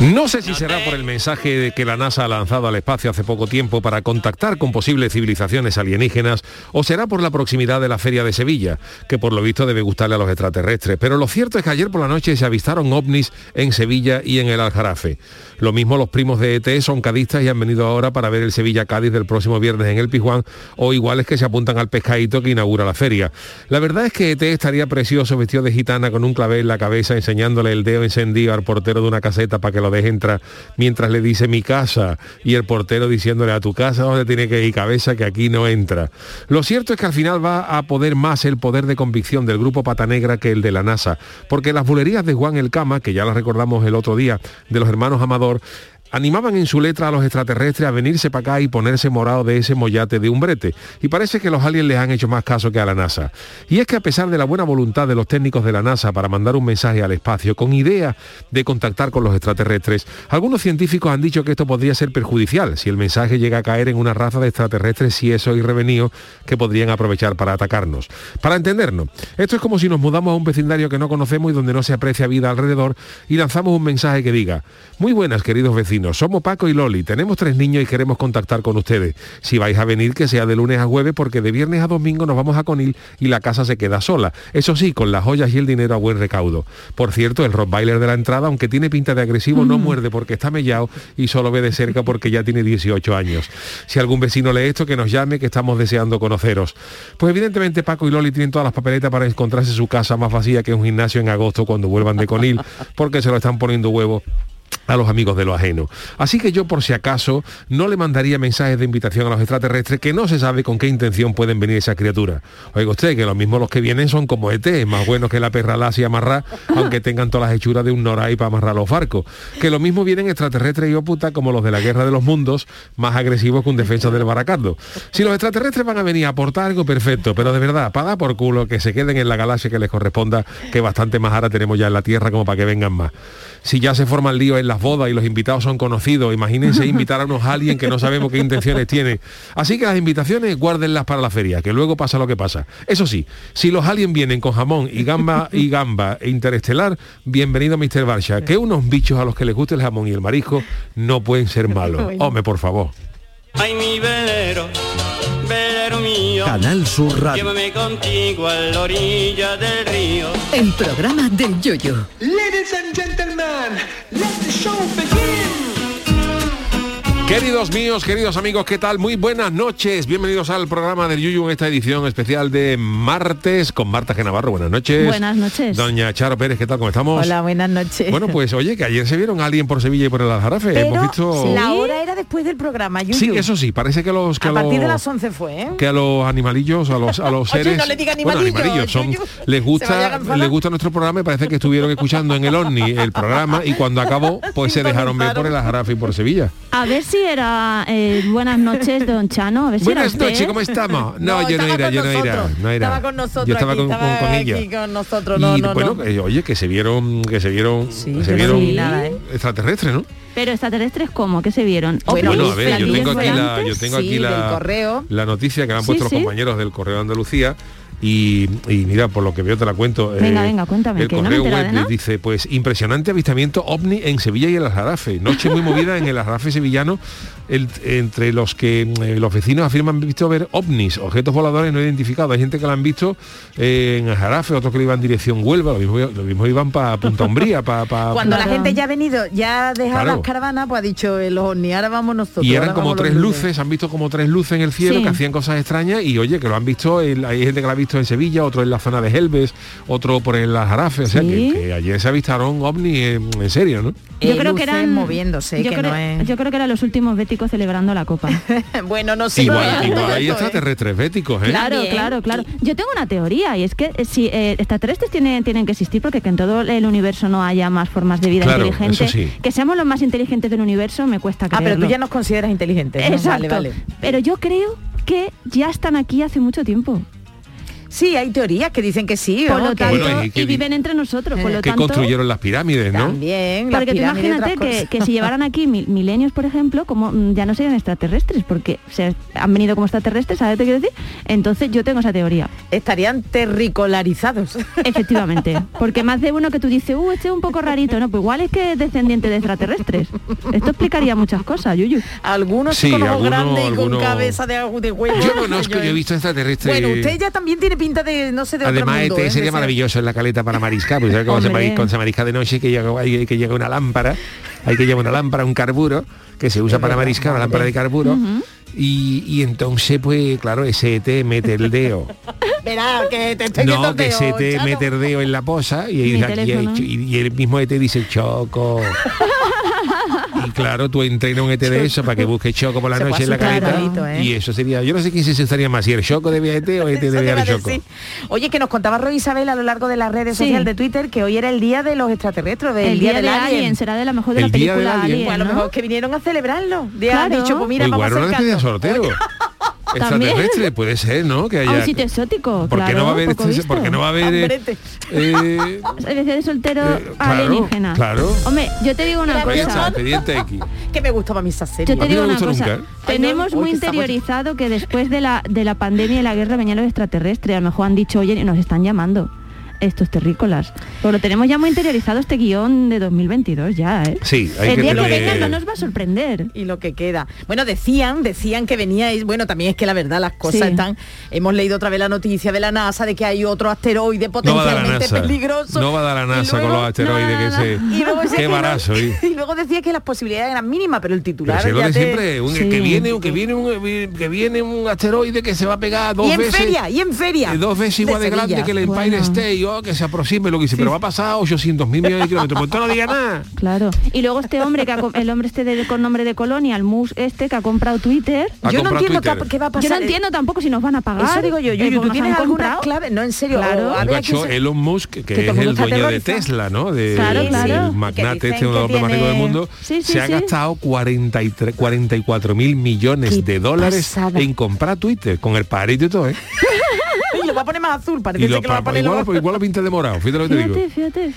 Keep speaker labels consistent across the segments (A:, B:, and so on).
A: No sé si será por el mensaje de que la NASA ha lanzado al espacio hace poco tiempo para contactar con posibles civilizaciones alienígenas o será por la proximidad de la Feria de Sevilla, que por lo visto debe gustarle a los extraterrestres. Pero lo cierto es que ayer por la noche se avistaron ovnis en Sevilla y en el Aljarafe. Lo mismo los primos de ET son cadistas y han venido ahora para ver el Sevilla-Cádiz del próximo viernes en el Pijuán o iguales que se apuntan al pescadito que inaugura la feria. La verdad es que ET estaría precioso vestido de gitana con un clavel en la cabeza enseñándole el dedo encendido al portero de una caseta para que lo deje entrar mientras le dice mi casa y el portero diciéndole a tu casa donde tiene que ir cabeza que aquí no entra. Lo cierto es que al final va a poder más el poder de convicción del grupo Pata Negra que el de la NASA, porque las bulerías de Juan El Cama, que ya las recordamos el otro día, de los hermanos Amador, animaban en su letra a los extraterrestres a venirse para acá y ponerse morado de ese mollate de umbrete. Y parece que los aliens les han hecho más caso que a la NASA. Y es que a pesar de la buena voluntad de los técnicos de la NASA para mandar un mensaje al espacio con idea de contactar con los extraterrestres, algunos científicos han dicho que esto podría ser perjudicial si el mensaje llega a caer en una raza de extraterrestres si eso y revenidos que podrían aprovechar para atacarnos. Para entendernos, esto es como si nos mudamos a un vecindario que no conocemos y donde no se aprecia vida alrededor y lanzamos un mensaje que diga, muy buenas queridos vecinos, somos Paco y Loli, tenemos tres niños y queremos contactar con ustedes. Si vais a venir, que sea de lunes a jueves, porque de viernes a domingo nos vamos a Conil y la casa se queda sola. Eso sí, con las joyas y el dinero a buen recaudo. Por cierto, el Rottweiler de la entrada, aunque tiene pinta de agresivo, mm. no muerde porque está mellado y solo ve de cerca porque ya tiene 18 años. Si algún vecino lee esto, que nos llame, que estamos deseando conoceros. Pues evidentemente Paco y Loli tienen todas las papeletas para encontrarse su casa más vacía que un gimnasio en agosto cuando vuelvan de Conil, porque se lo están poniendo huevo a los amigos de lo ajeno. Así que yo por si acaso no le mandaría mensajes de invitación a los extraterrestres que no se sabe con qué intención pueden venir esas criaturas. Oiga usted, que lo mismo los que vienen son como ET, más buenos que la perra lacia y amarrar, aunque tengan todas las hechuras de un noray para amarrar los barcos. Que lo mismo vienen extraterrestres y oputa como los de la guerra de los mundos, más agresivos que un defensa del baracardo. Si los extraterrestres van a venir a aportar algo perfecto, pero de verdad, para por culo que se queden en la galaxia que les corresponda, que bastante más ahora tenemos ya en la Tierra como para que vengan más. Si ya se forman líos en las bodas y los invitados son conocidos. Imagínense invitar a unos alguien que no sabemos qué intenciones tiene. Así que las invitaciones guárdenlas para la feria, que luego pasa lo que pasa. Eso sí, si los aliens vienen con jamón y gamba y gamba e interestelar, bienvenido Mr. Barsha, que unos bichos a los que les guste el jamón y el marisco no pueden ser malos. Hombre, por favor.
B: Ay, mi velero, velero mío.
C: Canal Sur Radio.
B: Llévame contigo a la orilla del río.
D: El programa del yoyo.
E: Ladies and gentlemen, let the show begin.
A: Queridos míos, queridos amigos, ¿qué tal? Muy buenas noches. Bienvenidos al programa del Yuyu en esta edición especial de martes con Marta Genavarro. Buenas noches.
F: Buenas noches.
A: Doña Charo Pérez, ¿qué tal? ¿Cómo estamos?
F: Hola, buenas noches.
A: Bueno, pues oye, que ayer se vieron a alguien por Sevilla y por el Aljarafe.
F: Pero
A: Hemos visto
F: la hora era después del programa, Yuyu.
A: Sí, eso sí, parece que los que
F: a
A: los-
F: partir de las 11 fue, ¿eh?
A: que a los animalillos, a los a los
F: Oye,
A: seres,
F: no le diga
A: bueno,
F: animalillos,
A: son-
F: Yuyu.
A: les
F: Se vaya a
A: gusta
F: cansar.
A: les gusta nuestro programa y parece que estuvieron escuchando en el OVNI el programa y cuando acabó pues se dejaron ver por el Aljarafe y por Sevilla.
G: A ver si era eh, buenas noches, don Chano. A ver si era
A: Buenas
G: usted.
A: noches, ¿cómo estamos? No, yo no
F: estaba
A: era,
F: con
A: yo no era,
F: nosotros.
A: no era.
F: Estaba con nosotros
A: Yo estaba
F: aquí,
A: con, con-
F: estaba
A: con ella.
F: aquí con nosotros. No,
A: y
F: no,
A: bueno,
F: no.
A: eh, oye, que se vieron, que se vieron,
F: Sí,
A: que
F: yo
A: se
F: no
A: vieron
F: vi nada, ¿eh?
A: extraterrestres, ¿no?
G: Pero extraterrestres, ¿cómo? ¿Qué se vieron?
F: Bueno,
G: ¿Ovnis?
A: Ah, bueno, a ver, yo tengo
F: ¿Platillos
A: aquí la,
G: volantes?
A: yo tengo
F: Sí,
A: aquí la,
F: del correo.
A: la noticia que me han
G: Sí,
A: puesto los
G: sí.
A: compañeros del Correo de Andalucía. Y, y mira, por lo que veo te la cuento.
G: Venga, venga, cuéntame,
A: eh, El
G: que no me he
A: correo
G: enterado
A: web
G: de nada.
A: dice, pues impresionante avistamiento ovni en Sevilla y el Aljarafe. Noche muy movida en el Aljarafe sevillano, el- entre los que eh, los vecinos afirman visto ver ovnis, objetos voladores no identificados. Hay gente que la han visto eh, en Aljarafe, otros que le iban en dirección Huelva, lo mismo, lo mismo iban para Punta Umbría, para...
F: Cuando la
G: Claro.
F: gente ya ha venido, ya ha dejado
A: Ah, Claro.
F: las caravanas, pues ha dicho el ovni, ahora vamos nosotros.
A: Y
F: ahora
A: eran como
F: vamos los
A: tres
F: luces.
A: luces, han visto como tres luces en el cielo
G: Sí.
A: que hacían cosas extrañas y oye, que lo han visto, el- hay gente que lo ha visto en Sevilla, otro en la zona de Helves, otro por el Aljarafe, o sea que,
G: Sí.
A: que ayer se avistaron ovnis en, en serio, ¿no?
G: Yo
F: Eh,
G: creo que
F: luces
G: eran
F: moviéndose,
G: yo
F: que
G: creo,
F: no es-
G: yo creo que eran los últimos béticos celebrando la copa.
F: bueno, no sé.
A: Igual, igual hay
F: Esto, ¿eh?
A: extraterrestres béticos, ¿eh?
G: Claro,
C: También.
G: claro, claro. Yo tengo una teoría y es que eh, si eh, extraterrestres tienen, tienen que existir porque que en todo el universo no haya más formas de vida
A: Claro,
G: inteligentes,
A: eso sí.
G: que seamos los más inteligentes del universo me cuesta
F: Ah,
G: creerlo.
F: pero tú ya nos consideras inteligentes. ¿no?
G: Exacto.
F: Vale, vale.
G: Pero yo creo que ya están aquí hace mucho tiempo.
F: Sí, hay teorías que dicen que sí.
G: Por
F: ¿no?
G: lo
F: Que- Eh,
G: tanto,
A: Bueno, y que
G: y
A: vi-
G: viven entre nosotros, por lo
A: que
G: tanto...
A: construyeron las pirámides, ¿no?
F: También, las
G: Porque tú
F: pirámides y
G: imagínate
F: otras
G: que,
F: cosas.
G: que si llevaran aquí mil- milenios, por ejemplo, como mm, ya no serían extraterrestres, porque se han venido como extraterrestres, ¿sabes qué quiero decir? Entonces yo tengo esa teoría,
F: Estarían terricolarizados.
G: efectivamente. Porque más de uno que tú dices, uh, este es un poco rarito, no, pues igual es que es descendiente de extraterrestres. Esto explicaría muchas cosas, Yuyu.
F: Algunos
A: Sí,
F: con ojos
A: alguno-
F: grandes y
A: alguno-
F: con cabeza de, agu- de huevo.
A: Yo conozco, yo he visto extraterrestres.
F: Bueno, usted ya también tiene pinta de, no sé, de otro
A: Además,
F: mundo,
A: este
F: ¿eh?
A: sería
F: De ser-
A: maravilloso en la caleta para mariscar, porque ¿sabes cómo se,
G: Hombre.
A: marisca, cuando se marisca de noche que llega, hay que llega una lámpara, hay que llevar una lámpara, un carburo, que se usa para mariscar, una lámpara de carburo. Y, y entonces, pues, claro, ese te mete el dedo.
F: Verá, que te estoy viendo
A: no, que
F: feo,
A: se te
F: Chano.
A: mete el dedo en la posa y,
G: Mi
A: dice aquí,
G: teléfono.
A: y- y el mismo ET dice, Choco. y claro, tú entrenas un ET de eso para que busque Choco por la
F: Se puede
A: noche en la
F: asustar,
A: caleta.
F: Manolito, ¿eh?
A: Y eso sería, yo no sé quién se asustaría más, si el Choco debía ET o E ET
F: Eso te
A: debía
F: iba
A: el
F: a
A: Choco.
F: decir. Oye, que nos contaba Roy Isabel a lo largo de las redes
G: Sí.
F: sociales de Twitter que hoy era el día de los extraterrestres, del
G: El día de Alien, será de la mejor de
A: El
G: la
A: día del
G: película
A: Alien.
G: Alien,
F: Pues a lo
G: ¿no?
F: mejor que vinieron a celebrarlo. De
G: Claro.
F: han dicho, pues mira,
A: O
F: vamos
A: igual
F: a
A: no
F: acercarnos.
A: hacía sorteo.
G: También.
A: Extraterrestre, puede ser, ¿no? Que
G: A
A: haya...
G: un sitio exótico,
A: ¿Por qué
G: claro,
A: no va a haber,
G: poco
A: este-
G: visto.
A: por qué no va a haber eh,
F: Hambrete.
A: eh,
G: Es de soltero
A: Eh, claro,
G: alienígena.
A: claro.
G: Hombre, yo te digo una
A: vaya
G: cosa.
A: expediente X?
F: Que me gustaba mi serie.
A: A
G: Yo te
A: mí no
G: digo
A: me
G: una
A: gustó
G: cosa,
A: nunca, ¿eh?
F: Ay,
G: tenemos
F: no,
G: muy
F: hoy que estamos-
G: interiorizado que después de la, de la pandemia y la guerra venían los extraterrestres, a lo mejor han dicho, oye, nos están llamando estos terrícolas. Pero lo tenemos ya muy interiorizado este guión de 2022 ya, ¿eh?
A: Sí, hay
G: El
A: que
G: día que
A: tener-
G: vengan no nos va a sorprender.
F: y lo que queda. Bueno, decían, decían que veníais, bueno, también es que la verdad las cosas
G: Sí.
F: están, hemos leído otra vez la noticia de la NASA de que hay otro asteroide
A: No va a dar la
F: potencialmente
A: NASA.
F: peligroso.
A: No va a dar la
F: Y
A: NASA con
F: luego-
A: los asteroides
G: nada,
A: que se...
F: y luego decía
A: Qué
F: que no-
A: barazo. ¿eh?
F: Y luego decía que las posibilidades eran mínimas, pero el
A: Pero
F: titular
A: si es lo
F: ya
A: de
F: te-
A: siempre, un-
G: Sí.
A: que, viene, un- que, viene un, que viene un asteroide que se va a pegar dos
F: Y en
A: veces...
F: feria, y en feria.
A: eh, Dos veces
F: de
A: igual de, grande
F: Sevilla.
A: que el Empire
G: Bueno.
A: State, oh, que se aproxime, lo que dice, pero va a pasar 800 mil millones de kilómetros. Pues tú no digas nada.
G: Claro. Y luego este hombre, que ha co- el hombre este de- con nombre de Colonia, el mus este que ha comprado Twitter.
A: Ha
F: Yo no
A: comprado
F: entiendo
A: Twitter.
F: ta- qué va a pasar.
G: Yo no entiendo tampoco si nos van a pagar.
F: Eso Ah, digo yo,
G: eh,
F: Yuyu,
G: porque
F: ¿tú
G: nos
F: tienes
G: han
F: alguna
G: comprado.
F: clave? No, en serio.
G: Claro.
F: o a
A: Un
F: ver a quién
A: gacho,
F: se-
A: Elon Musk, que,
F: todo el
A: es
F: mundo
A: el
F: está
A: dueño de
F: aterrorizado.
A: Tesla, ¿no? De,
G: Claro,
A: del
G: claro.
A: magnate
F: Que
A: este,
F: dicen
A: uno de los
F: que
A: más ricos del
F: tiene-
A: mundo.
G: Sí, sí,
A: se ha
G: sí.
A: gastado 43, 44 mil
F: Qué
A: millones de dólares
F: pasada.
A: en comprar Twitter, con el parito y todo, ¿eh?
F: Y lo va a poner más azul, parece
A: Y lo,
F: ser que lo va a
A: pa-
F: poner
A: igual,
F: luego.
A: igual lo pinta de morado, fíjate lo que te digo.
G: Fíjate, fíjate.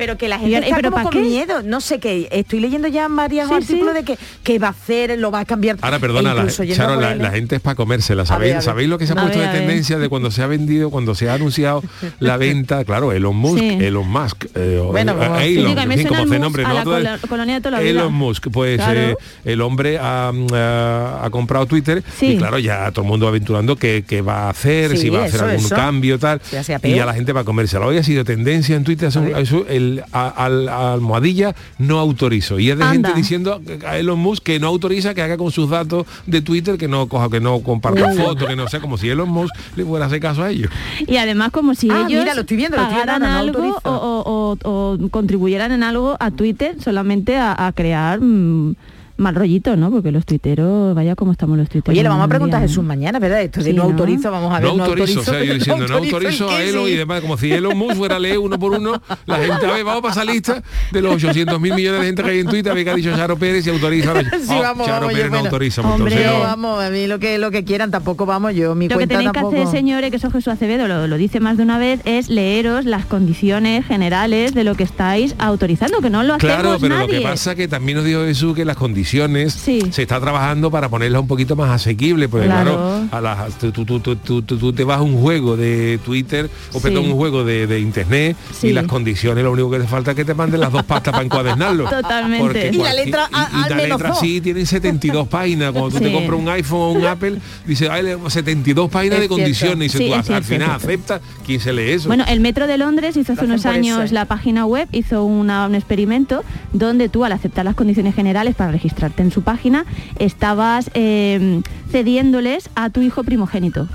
F: Pero que la
G: Y
F: gente
G: ahora,
F: está
G: ¿pero
F: como
G: pa'
F: con
G: qué?
F: miedo, no sé qué. Estoy leyendo ya varios
G: Sí,
F: artículos
G: sí.
F: de que, que va a hacer, lo va a cambiar.
A: Ahora,
F: E
A: perdona, la,
F: incluso yendo a
A: Charo, la,
F: por
A: la
F: él.
A: gente es para comérsela. ¿Sabéis,
F: ver, a ver.
A: ¿Sabéis lo que se ha
G: A
A: puesto
G: ver,
A: de
G: a ver.
A: tendencia de cuando se ha vendido, cuando se ha anunciado la venta? Claro, Elon Musk,
G: Sí.
A: Elon Musk, eh, o-
F: Bueno,
A: eh,
F: vamos.
A: Elon,
F: Sí,
G: digo, a mí
A: en
G: me
A: fin,
G: suena
A: como
G: el
A: se
G: Musk
A: nombre,
G: a
A: ¿no?
G: la
A: Todo el-
G: colo- colonia de toda la vida.
A: Elon Musk, pues
G: Claro.
A: eh, el hombre ha, ha- ha comprado Twitter
G: Sí.
A: y claro, ya todo el mundo aventurando qué, qué va a hacer,
F: Sí,
A: si va a hacer
F: eso,
A: algún
F: eso.
A: cambio, tal.
F: Ya sea
A: y
F: peor.
A: ya la gente va a comérsela. Hoy ha sido tendencia en Twitter, hace un- eso, el, a, al- a almohadilla no autorizó. Y es de
G: Anda.
A: gente diciendo diciendo a Elon Musk que no autoriza que haga con sus datos de Twitter que no coja, que no comparta fotos, que no sea como si Elon Musk le fuera a hacer caso a ellos.
G: Y además como si
F: Ah,
G: ellos
F: mira, lo estoy viendo, lo estoy viendo,
G: pagaran
F: Ana, no
G: algo
F: autoriza.
G: o, o- o- o contribuyeran en algo a Twitter solamente a, a crear mm, mal rollito, ¿no? Porque los tuiteros, vaya como estamos los tuiteros.
F: Oye, le vamos a
G: madre
F: preguntar a
G: mía.
F: Jesús mañana, ¿verdad? Esto de
G: Sí,
F: no,
G: ¿no?
F: autorizo, vamos a ver.
A: No autorizo, o sea, yo diciendo no
F: autorizo,
A: autorizo a
F: ¿el qué?
A: Elon
F: Sí.
A: y demás, como si Elon Musk fuera a leer uno por uno la gente, a ver, vamos a pasar lista de los 800 mil millones de gente que hay en Twitter, a ver qué ha dicho Charo Pérez y autoriza. ahora-
F: Sí,
A: Oh,
F: vamos,
A: Charo
F: vamos, yo,
A: Pérez no
F: bueno.
A: autoriza, pues,
G: Hombre,
A: entonces
F: Pero
A: no.
F: vamos, a mí lo que, lo que quieran, tampoco vamos yo, mi
G: Lo que
F: cuenta
G: tenéis
F: tampoco.
G: que hacer, señores, que eso Jesús Acevedo lo, lo dice más de una vez, es leeros las condiciones generales de lo que estáis autorizando, que no lo hacemos
A: Claro, pero
G: nadie.
A: lo que pasa que también nos dijo Jesús que las condiciones
G: Sí.
A: se está trabajando para ponerlas un poquito más asequible, porque claro,
G: Claro.
A: a las, tú, tú- tú- tú- tú- tú te vas a un juego de Twitter, o
G: Sí.
A: perdón, un juego de, de internet, y
G: Sí.
A: las condiciones, lo único que te falta es que te manden las dos pastas para encuadernarlo.
G: Totalmente.
A: Porque
G: Y la
A: cualquier-
F: letra a-
A: y- y
F: al
A: la
F: menos
A: letra
F: dos.
A: sí tiene 72 páginas, cuando tú te
G: Sí.
A: compras un iPhone o un Apple, dice, "Ay, le- 72 páginas
F: Es
A: de
F: cierto.
A: condiciones, y
G: Sí,
A: dices tú,
G: es
A: "Ah, al
G: cierto,
A: final
G: es cierto.
A: acepta, ¿quién se lee eso?
G: Bueno, el Metro de Londres hizo
F: Lo
G: hace
F: hacen
G: unos
F: por eso,
G: años
F: ¿eh?
G: la página web, hizo una- un experimento donde tú al aceptar las condiciones generales para registrarte en su página, em, estabas eh, cediéndoles a tu hijo primogénito.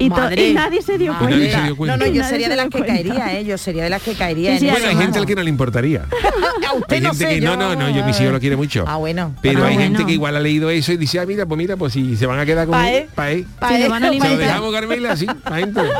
G: Y, to-
F: Madre.
G: y nadie se dio
F: Madre.
G: cuenta.
A: Y nadie se dio cuenta.
F: No, no, yo
G: Nadie
F: sería
G: se
F: de las
G: dio
F: que
G: cuenta.
F: caería, ¿eh? Yo sería de las que caería. en
A: Bueno, hay
F: eso,
A: gente al que no le importaría.
F: vamos. A usted
A: Hay
F: no
A: gente
F: sé,
A: que no,
F: yo-
A: no, no, yo, mi hijo lo quiere mucho.
F: Ah, bueno.
A: Pero
G: Ah,
A: hay gente
G: bueno.
A: que igual ha leído eso y dice, ah, mira, pues mira, pues si se van a quedar con
F: Pa' él.
A: pa' él.
F: Pa'
G: Si lo
F: él.
G: van a
A: Se lo
G: alimentar.
A: dejamos Carmela, sí, pa' él, pues.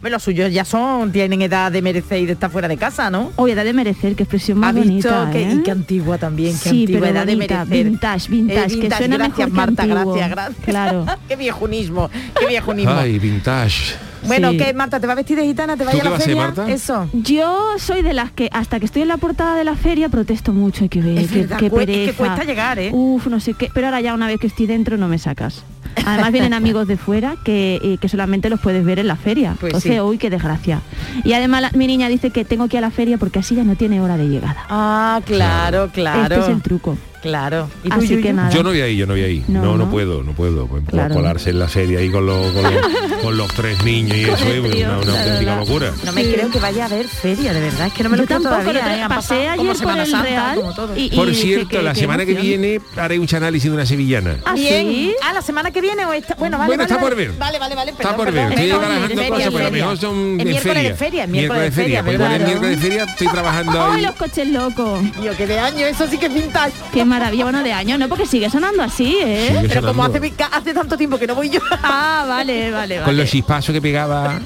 F: Bueno, los suyos ya son, tienen edad de merecer y de estar fuera de casa, ¿no?
G: Oye, edad de merecer, qué expresión más
F: ha visto
G: bonita.
F: que,
G: ¿eh?
F: y qué antigua también, qué
G: sí,
F: antigua
G: pero
F: edad
G: bonita,
F: de merecer.
G: vintage,
F: Eh,
G: vintage, que
F: vintage,
G: suena
F: gracias,
G: mejor que
F: Marta,
G: antiguo.
F: gracias, gracias.
G: Claro.
F: qué viejunismo, qué viejunismo.
A: Ay, vintage.
F: Bueno,
G: Sí.
F: ¿qué, Marta? ¿Te va a vestir de gitana? ¿Te va a
A: ¿Tú
F: ir a
A: qué
F: la
A: vas a ser,
F: feria?
A: Marta?
F: Eso.
G: Yo soy de las que hasta que estoy en la portada de la feria protesto mucho, hay que ver,
F: Es
G: qué-
F: verdad,
G: qué
F: cue- es que
G: pereza.
F: cuesta llegar, ¿eh?
G: Uf, no sé qué, pero ahora ya una vez que estoy dentro no me sacas. Además vienen amigos de fuera que, y que solamente los puedes ver en la feria.
F: Pues
G: Entonces,
F: sí.
G: uy, qué desgracia. Y además la- mi niña dice que tengo que ir a la feria porque así ya no tiene hora de llegada.
F: Ah, claro, claro.
G: Este es el truco.
F: Claro. ¿Y tú,
G: Así
F: Yuyu?
G: que nada.
A: Yo no voy ahí, yo no voy ahí. No,
G: No,
A: no,
G: ¿no?
A: puedo, no puedo. pues, Por
G: Claro.
A: Colarse en la serie ahí con los, con los, con los tres niños y eso es
G: trío,
A: una, una
G: este la
A: auténtica
G: verdad.
A: locura.
F: No me
G: Sí.
F: creo que vaya a haber feria, de verdad. Es que no me lo
G: Yo
F: creo
G: tampoco
F: todavía,
G: lo
F: ¿eh?
G: creo.
F: Han pasé
G: Pasé
F: pasado como
G: ayer por
F: Semana
G: el
F: Santa,
G: Real
F: como todo.
G: y, y
A: Por
G: dije
A: cierto,
G: que-
A: la
G: que
A: semana que
G: emoción.
A: viene haré un análisis de una sevillana.
G: ¿Ah,
F: Bien.
G: sí?
F: Ah, la semana que viene o esta. Bueno, vale,
A: Bueno,
F: vale,
A: está por
F: vale.
A: ver.
F: Vale, vale, vale.
A: Está
F: perdón,
A: por ver,
F: perdón,
A: estoy
F: perdón,
A: barajando
F: feria,
A: cosas, pero a lo
F: feria.
A: mejor son
F: Es
A: en
F: miércoles
A: feria.
F: de feria, es miércoles de feria,
A: pues igual es
F: ¿verdad?
A: miércoles de feria estoy trabajando
G: ¡Ay,
A: ahí.
G: los coches locos!
F: Yo que de año, eso sí que es vintage.
G: Qué maravilla, bueno, de año, ¿no? Porque sigue sonando así, ¿eh?
A: Sigue
F: Pero
A: sonando.
F: como hace, mi- ca- hace tanto tiempo que no voy yo.
G: Ah, vale, vale,
A: Con
G: vale.
A: los chispazos que pegaba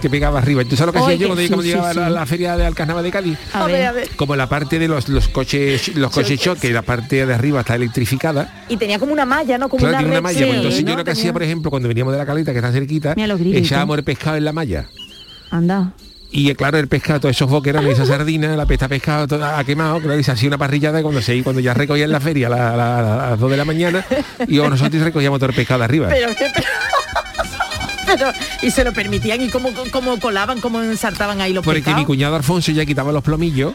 A: que pegaba arriba. ¿Tú sabes lo que
G: Oye,
A: hacía yo cuando,
G: sí,
A: cuando
G: sí,
A: llegaba a
G: sí.
A: la, la feria de Alcarnava de Cali?
G: A ver.
A: Como la parte de los, los coches los coches choque, la parte de arriba está electrificada.
F: Y tenía como una malla, ¿no? Como
A: Claro,
F: una
A: tiene una
F: red,
A: malla.
F: sí,
A: Pues entonces
F: ¿no?
A: yo lo que
F: Tenía-
A: hacía, por ejemplo, cuando veníamos de la caleta, que está cerquita,
G: Mira los grillitos.
A: echábamos el pescado en la malla.
G: Anda.
A: Y eh, claro, el pescado, todos esos boquerones, esa sardina, la pesta pescado, todo, ha quemado, claro, y se hacía una parrillada cuando se cuando ya recogían la feria a, la- a la- a las 2 de la mañana, y luego nosotros recogíamos todo el pescado de arriba.
F: Pero, pero, pero- y se lo permitían y cómo, cómo colaban, cómo ensartaban ahí los
A: Porque mi
F: pescados.
A: cuñado Alfonso ya quitaba los plomillos.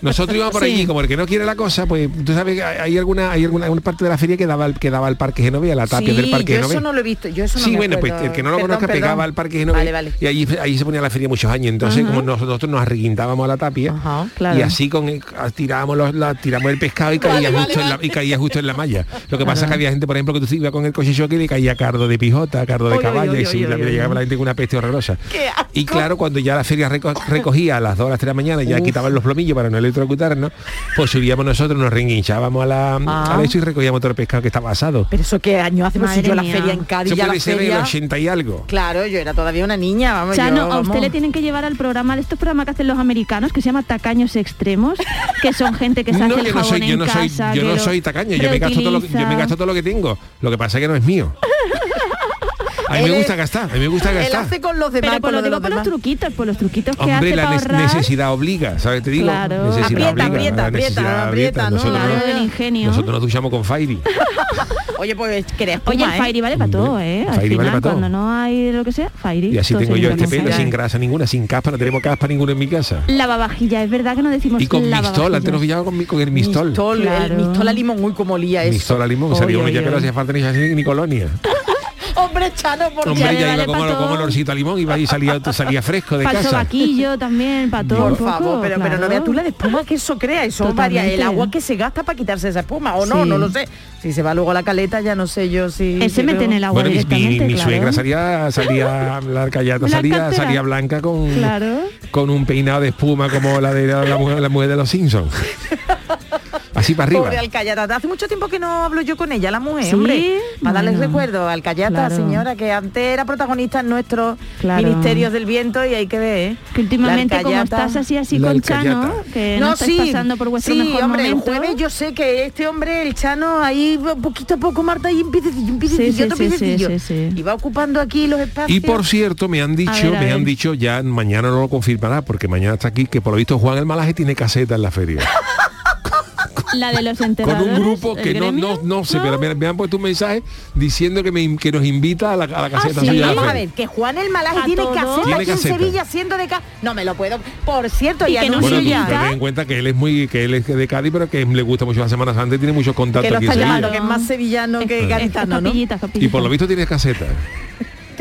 A: Nosotros íbamos por
G: Sí.
A: allí, como el que no quiere la cosa, pues tú sabes que hay hay alguna, hay alguna, alguna parte de la feria que daba, al- que daba al Parque Genovea, la tapia
F: Sí,
A: del Parque
F: yo eso
A: Genovea.
F: no lo he visto, yo eso no
A: sí,
F: me
A: bueno,
F: acuerdo.
A: pues el que no lo
F: Perdón,
A: conozca
F: perdón.
A: pegaba al Parque Genovea
F: Vale, vale.
A: y allí, allí se ponía la feria muchos años. Entonces, como nos- nosotros nos arreguintábamos a la tapia
F: Ajá,
G: claro.
A: y así con el- ah, tirábamos, los, la- tiramos el pescado y caía,
F: Vale,
A: justo
F: vale,
A: En la, y caía justo en la malla. Lo que pasa es que había gente, por ejemplo, que tú ibas con el coche choque y le caía cardo de pijota, cardo de
F: Oy, oy,
A: caballo,
F: oy,
A: y se-
F: oy,
A: le
F: oy, oy.
A: llegaba la gente con una peste horrorosa.
F: ¡Qué asco!
A: Y claro, cuando ya la feria reco- recogía a las 2 o las 3 de la mañana, ya quitaban los plomillos para no electrocutarnos, pues subíamos nosotros, nos reenguinchábamos a la,
F: Ah.
A: a la eso y recogíamos todo el pescado que estaba asado.
F: Pero eso qué año hace, pues si
G: Madre
F: yo la
G: mía.
F: feria en Cádiz
A: Eso
F: ya la
A: puede ser el
F: feria...
A: 80 y algo.
F: Claro, yo era todavía una niña, vamos,
G: Chano,
F: yo,
G: a
F: vamos.
G: usted le tienen que llevar al programa de estos programas que hacen los americanos, que se llama Tacaños Extremos, que son gente que se hace
A: No,
G: el
A: yo no
G: jabón
A: soy, yo
G: en
A: no soy,
G: casa.
A: yo
G: que
A: no
G: lo
A: soy tacaño, yo me, gasto todo lo, que- yo me
G: reutiliza.
A: gasto todo lo que tengo. Lo que pasa es que no es mío. A mí me
F: Él
A: gusta
F: es-
A: gastar, a mí me gusta
F: Él
A: gastar.
F: hace con los demás,
G: Pero por
F: con
G: lo
F: los de
G: digo
F: los
G: por los
F: demás.
G: truquitos, por los truquitos que
A: Hombre,
G: hace
A: la
G: para
A: ne-
G: ahorrar.
A: necesidad obliga, ¿sabes? Te digo,
G: Claro.
A: necesidad
F: Aprieta,
A: obliga,
F: aprieta,
A: la
F: aprieta,
A: necesidad
F: aprieta, ¿no?
A: Nosotros,
G: Claro, del ingenio.
A: nosotros nos duchamos con Fairy.
F: Oye, pues creas
G: Oye, el Fairy vale para todo,
A: Hombre,
G: ¿eh?
A: el
G: Al
A: Fairy vale para
G: final,
A: todo.
G: cuando no hay lo que sea, Fairy.
A: Y así
G: todo
A: tengo
G: se
A: yo
G: limpia
A: este
G: con
A: pelo
G: Fairy.
A: sin grasa ninguna, sin caspa, no tenemos caspa ninguna en mi casa.
G: Lavavajilla, es verdad que no decimos
A: Y con mistol,
G: lavavajillas.
A: antes nos pillaba con, mi- con el mistol. Mistol,
F: Pues Mistol, el
G: Claro.
F: mistol a limón, uy, como olía eso.
A: a limón, salía
G: Oy,
A: uno ya
G: oy,
A: que no
G: oy.
A: hacía falta ni, ni colonia.
F: Hombre, Chano, ¿por
G: Ya
A: Hombre,
G: le
A: ya
G: vale
A: iba como,
G: pa'
A: como
G: todo.
A: olorcito a limón, iba y salía, salía fresco de
G: Para el
A: casa.
G: sobaquillo también, para todo.
F: Por
G: un poco,
F: favor, pero, pero no
G: claro.
F: veas tú la de espuma que eso crea, eso
G: Totalmente.
F: varía el agua que se gasta para quitarse esa espuma, o no,
G: Sí.
F: no lo sé. Si se va luego a la caleta, ya no sé yo si...
G: Él se
F: si
G: mete
F: luego-
G: en el agua
A: Bueno, mi, mi-
G: directamente,
A: mi
G: claro.
A: suegra salía, salía la callata,
G: Blanca
A: salía,
G: entera.
A: salía blanca con,
G: Claro.
A: con un peinado de espuma como la de la, la mujer, la mujer de los Simpsons. Así para arriba.
F: Pobre Alcayata, hace mucho tiempo que no hablo yo con ella, la mujer,
G: Sí,
F: hombre. Para darles
G: bueno.
F: recuerdo, Alcayata,
G: Claro.
F: señora, que antes era protagonista en nuestros
G: Claro.
F: ministerios del viento y hay que ver, ¿eh?
G: Que últimamente
F: La
G: como
F: Alcayata-
G: estás así así
A: La
G: con
A: alcayata.
G: Chano, que no, estás pasando por vuestro
F: sí,
G: mejor
F: hombre,
G: momento.
F: el jueves yo sé que este hombre, el Chano, ahí poquito a poco, Marta, ahí un piececillo, un piececillo,
G: sí,
F: otro
G: sí,
F: piececillo.
G: sí, sí, sí.
F: Y va ocupando aquí los espacios.
A: Y por cierto, me han dicho,
G: A ver, a
A: me han
G: ver.
A: dicho, ya mañana no lo confirmará, porque mañana está aquí, que por lo visto Juan el Malaje tiene caseta en la feria.
G: La de los
A: con
G: enterradores.
A: un grupo
G: ¿el
A: que no,
G: gremio?
A: no, no sé, pero me, me han puesto un mensaje diciendo que, me in- que nos invita a la, a la caseta
G: Ah, ¿sí?
A: suya de la
F: Ah, Vamos a
A: feria.
F: ver, que Juan el Malaje
G: ¿A
F: tiene
G: todo?
F: caseta
A: Tiene
F: aquí
A: caseta.
F: en Sevilla siendo de casa. No me lo puedo. Por cierto,
G: Y
F: y
G: que no
A: Bueno,
F: anuncio
A: tú,
G: suya.
F: ya.
A: tú ten en cuenta que él es muy, que él es de Cádiz, pero que le gusta mucho la Semana Santa y tiene muchos contactos
F: Que lo
A: aquí
F: está
A: en Sevilla.
F: llamando, que es más sevillano
G: Es-
F: que
G: es-
F: gaditano,
G: es
F: ¿no?
G: capillita,
A: Y
G: capillita.
A: por lo visto tiene caseta.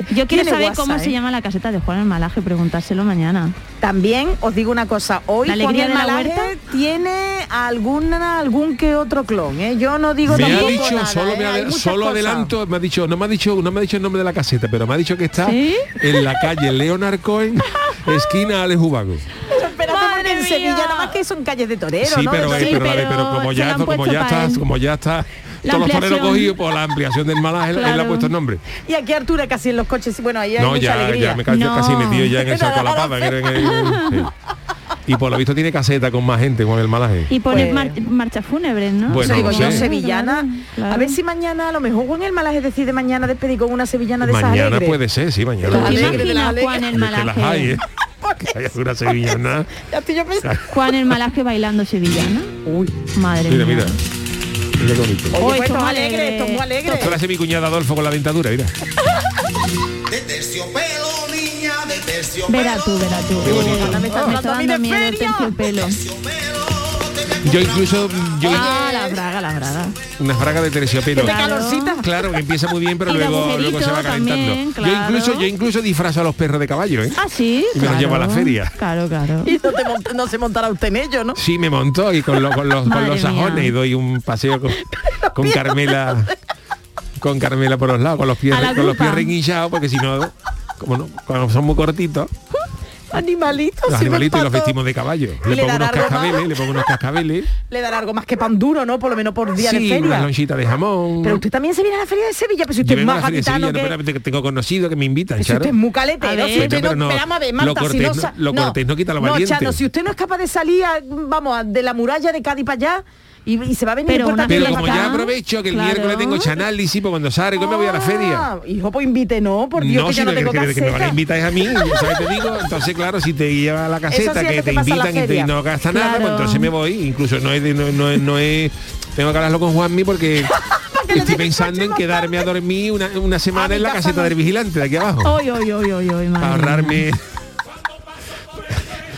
G: Yo quiero
F: Tiene
G: saber
F: WhatsApp,
G: cómo
F: ¿eh?
G: se llama la caseta de Juan el Malaje, preguntárselo mañana.
F: También os digo una cosa, hoy
G: La
F: Juan
G: alegría
F: el
G: de la
F: Malaje
G: huerta.
F: tiene alguna, algún que otro clon, ¿eh? Yo no digo
A: me ha
F: tampoco
A: dicho,
F: nada,
A: solo,
F: ¿eh?
A: me ha-
F: Hay muchas
A: solo
F: cosas.
A: adelanto, me ha dicho, no me ha dicho, no me ha dicho el nombre de la caseta, pero me ha dicho que está
G: ¿Sí?
A: en la calle Leonard Cohen, esquina Alex Ubago.
F: Pero espérate, porque
G: ¡Madre
F: en Sevilla
G: mía!
F: nada más que son calles de torero,
A: sí,
F: ¿no?
A: pero,
F: De
A: eh,
G: Sí,
A: pero, la-
G: pero
A: pero como
G: se la
A: ya,
G: han
A: como
G: puesto
A: ya
G: pa'
A: está,
G: él.
A: como ya está,
G: La
A: todos los toreros
G: ampliación.
A: cogidos por la ampliación del malaje, él- él le ha
G: Claro.
A: puesto el nombre.
F: Y aquí Artura casi en los coches, bueno, ahí hay
A: No,
F: mucha
A: ya,
F: alegría.
A: ya me casi,
G: No.
A: casi metido ya en el
F: Pero
A: saco a la
F: ahora
A: pava. en el- en el- sí. Y por lo visto tiene caseta con más gente con el malaje.
G: Y pone
F: Pues-
G: mar- marcha fúnebre, ¿no?
A: Bueno,
F: Eso
A: no
F: digo
A: lo
F: yo,
A: sé.
F: sevillana.
G: Claro.
F: A ver si mañana, a lo mejor Juan el Malaje decide mañana despedir con una sevillana de esas
A: Mañana
F: alegres.
A: puede ser, sí, mañana.
F: Los
A: puede
G: ¿Te
A: ser.
F: alegres de la
G: imaginas
F: alegre.
G: Juan el
A: Es que las hay,
G: Malaje?
A: ¿eh? Que hay alguna sevillana.
F: Ya estoy yo pensando.
G: Juan el Malaje bailando sevillana.
F: Uy,
G: Madre
A: Mira,
G: mía.
A: mira. Mira qué bonito.
F: oye,
G: Hoy
F: pues, esto es
G: somos
F: alegre, esto es muy alegre.
A: Esto lo hace mi cuñado Adolfo con la dentadura, mira.
C: De terciopelo, niña, de terciopelo.
G: Verá tú, verá tú.
F: Ahora me está
G: Me
F: hablando
G: está
F: a mí
G: dando
F: de
G: miedo el
F: feria.
G: terciopelo.
A: Yo incluso, yo
G: Ah, la braga, la braga.
A: una fraga de terciopelo.
F: Qué calorcita.
A: Claro, que empieza muy bien, pero
G: Y de
A: luego, luego se va
G: agujerito
A: calentando.
G: también,
A: Yo incluso,
G: claro.
A: yo incluso disfrazo a los perros de caballo, ¿eh?
G: Ah, sí.
A: Y me los
G: claro.
A: llevo a la feria.
G: Claro, claro.
F: Y no, te mont- no se montará usted en ello, ¿no?
A: Sí, me montó y con, lo- con los, con
G: Madre
A: los sajones
G: mía.
A: y doy un paseo con, con Carmela con Carmela por los lados, con los pies,
G: A la
A: con los pies
G: grupa.
A: reguillados, porque si no, como no, cuando son muy cortitos,
F: Animalitos,
A: los
F: sirven
A: animalitos y
F: pa'
A: los
F: todo.
A: vestimos de caballo.
F: Y
A: Le
F: le
A: pongo
F: dará
A: unos
F: algo más.
A: cascabeles, le pongo unos cascabeles,
F: Le dará algo más que pan duro, ¿no? Por lo menos por día de
A: sí, unas
F: feria.
A: lonchitas de jamón.
F: Pero usted también se viene a la feria de Sevilla, pero si
A: Yo
F: usted es
A: vengo a la
F: más
A: feria de Sevilla,
F: gaditano
A: no,
F: que...
A: espérate, que tengo conocidos que me invitan,
F: Si usted
A: Charo.
F: es muy caletero,
G: A
F: si
G: ver.
A: Bueno,
F: usted no,
A: pero no,
F: esperamos a ver,
A: lo
F: Marta, si
A: cortés
F: no,
A: no-
F: sa-
A: lo cortés no quita lo
F: No,
A: valiente.
F: Chano, si usted no es capaz de salir, a- vamos, a- de la muralla de Cádiz para allá y, y se va a venir
G: Pero
F: por
G: una
A: Pero
G: Venga
A: como
G: acá.
A: ya aprovecho que el
G: Claro.
A: miércoles tengo chanálisis, pues cuando salgo me voy a la feria.
F: Ah, Hijo, pues invite, no, por Dios,
A: no,
F: que
A: si
F: yo no
A: te-
F: tengo
A: que, que me van a
F: caseta.
A: invitar es a mí, ¿sabes? Te digo, entonces claro, si te lleva a la caseta,
F: sí es
A: que
F: lo
A: te
F: que pasa en la
A: invitan y, te, y
F: feria.
A: no gasta nada, pues
G: Claro.
A: entonces me voy. Incluso no es, de- no, no es- no es- tengo que hablarlo con Juanmi porque
F: le
A: estoy
F: dejes
A: pensando en
F: coche
A: quedarme a dormir una, una semana
F: mi
A: en la
F: casa
A: caseta
F: no.
A: del vigilante de aquí abajo.
G: Hoy, hoy, hoy, hoy, hoy,
A: Para ahorrarme.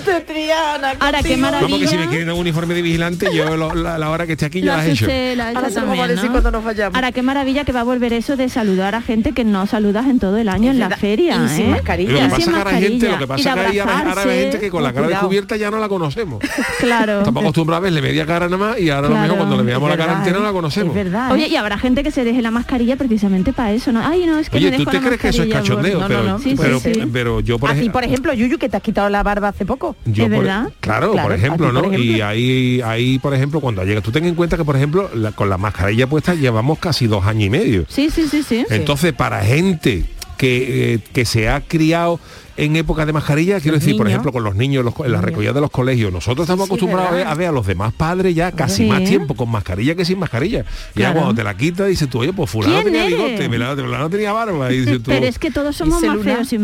F: Te Triana,
G: Ahora, qué
F: contigo.
G: maravilla.
A: Vamos que si me quieren un uniforme de vigilante, yo lo- la, la hora que esté aquí ya
G: Lo
A: las he
G: hace
A: hecho.
G: usted, lo ha hecho
F: Ahora se lo vamos a
G: también,
F: decir
G: ¿no?
F: cuando nos vayamos.
G: Ahora qué maravilla que va a volver eso de saludar a gente que no saludas en todo el año en la
F: verdad,
G: feria,
F: y sin
G: ¿eh?
F: mascarilla.
A: Lo que
G: Y
A: pasa
G: sin
A: que ahora hay gente, lo que
G: mascarilla,
A: pasa
G: y
A: que
G: de
A: hay- ahora hay gente que con la cara
F: Cuidado.
A: descubierta ya no la conocemos.
G: Claro.
A: Tampoco acostumbrado a verle media cara nada más y ahora a lo mejor
G: Claro,
A: cuando le veamos
F: es
A: la cara
F: verdad,
A: entera no
F: ¿eh?
A: la conocemos.
F: Es verdad. ¿eh?
G: Oye, y habrá gente que se deje la mascarilla precisamente para eso, ¿no? Ay, no, es que
A: Oye,
G: me
A: ¿tú
G: dejo
A: te
G: la
A: crees que eso es
G: mascarilla,
A: cachondeo?
G: gordo.
A: pero,
G: No, no, no. Sí, sí,
A: pero,
G: sí.
A: pero yo por
F: a ti,
A: ejemplo...
F: por ejemplo, Yuyu, que te has quitado la barba hace poco.
A: Yo
G: ¿Es
A: por-
G: verdad?
A: Claro,
F: Claro,
A: por
F: a ti,
A: ejemplo,
F: por
A: ¿no? Y
F: ejemplo.
A: ahí, ahí, por ejemplo, cuando llegas, tú ten en cuenta que, por ejemplo, la- con la mascarilla puesta llevamos casi dos años y medio.
G: Sí, sí, sí, sí.
A: Entonces, para gente que, eh, que se ha criado en época de mascarilla, quiero decir, por
F: niños.
A: ejemplo, con los niños, los co- en las recogidas de los colegios, nosotros estamos
F: sí,
A: acostumbrados a ver,
F: ¿verdad?
A: a ver a los demás padres ya casi
G: Sí.
A: más tiempo con mascarilla que sin mascarilla. Y ya
G: Claro.
A: cuando te la quitas, dices tú, oye, pues fulano
G: ¿Quién
A: tenía
G: eres?
A: bigote, fulano fulano tenía barba. Y dices tú,
G: Pero es que todos somos
F: Dice
G: más
F: Luna.
G: feos sin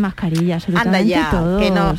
F: Anda
G: mascarilla, absolutamente
F: ya,
G: todos.
F: que no.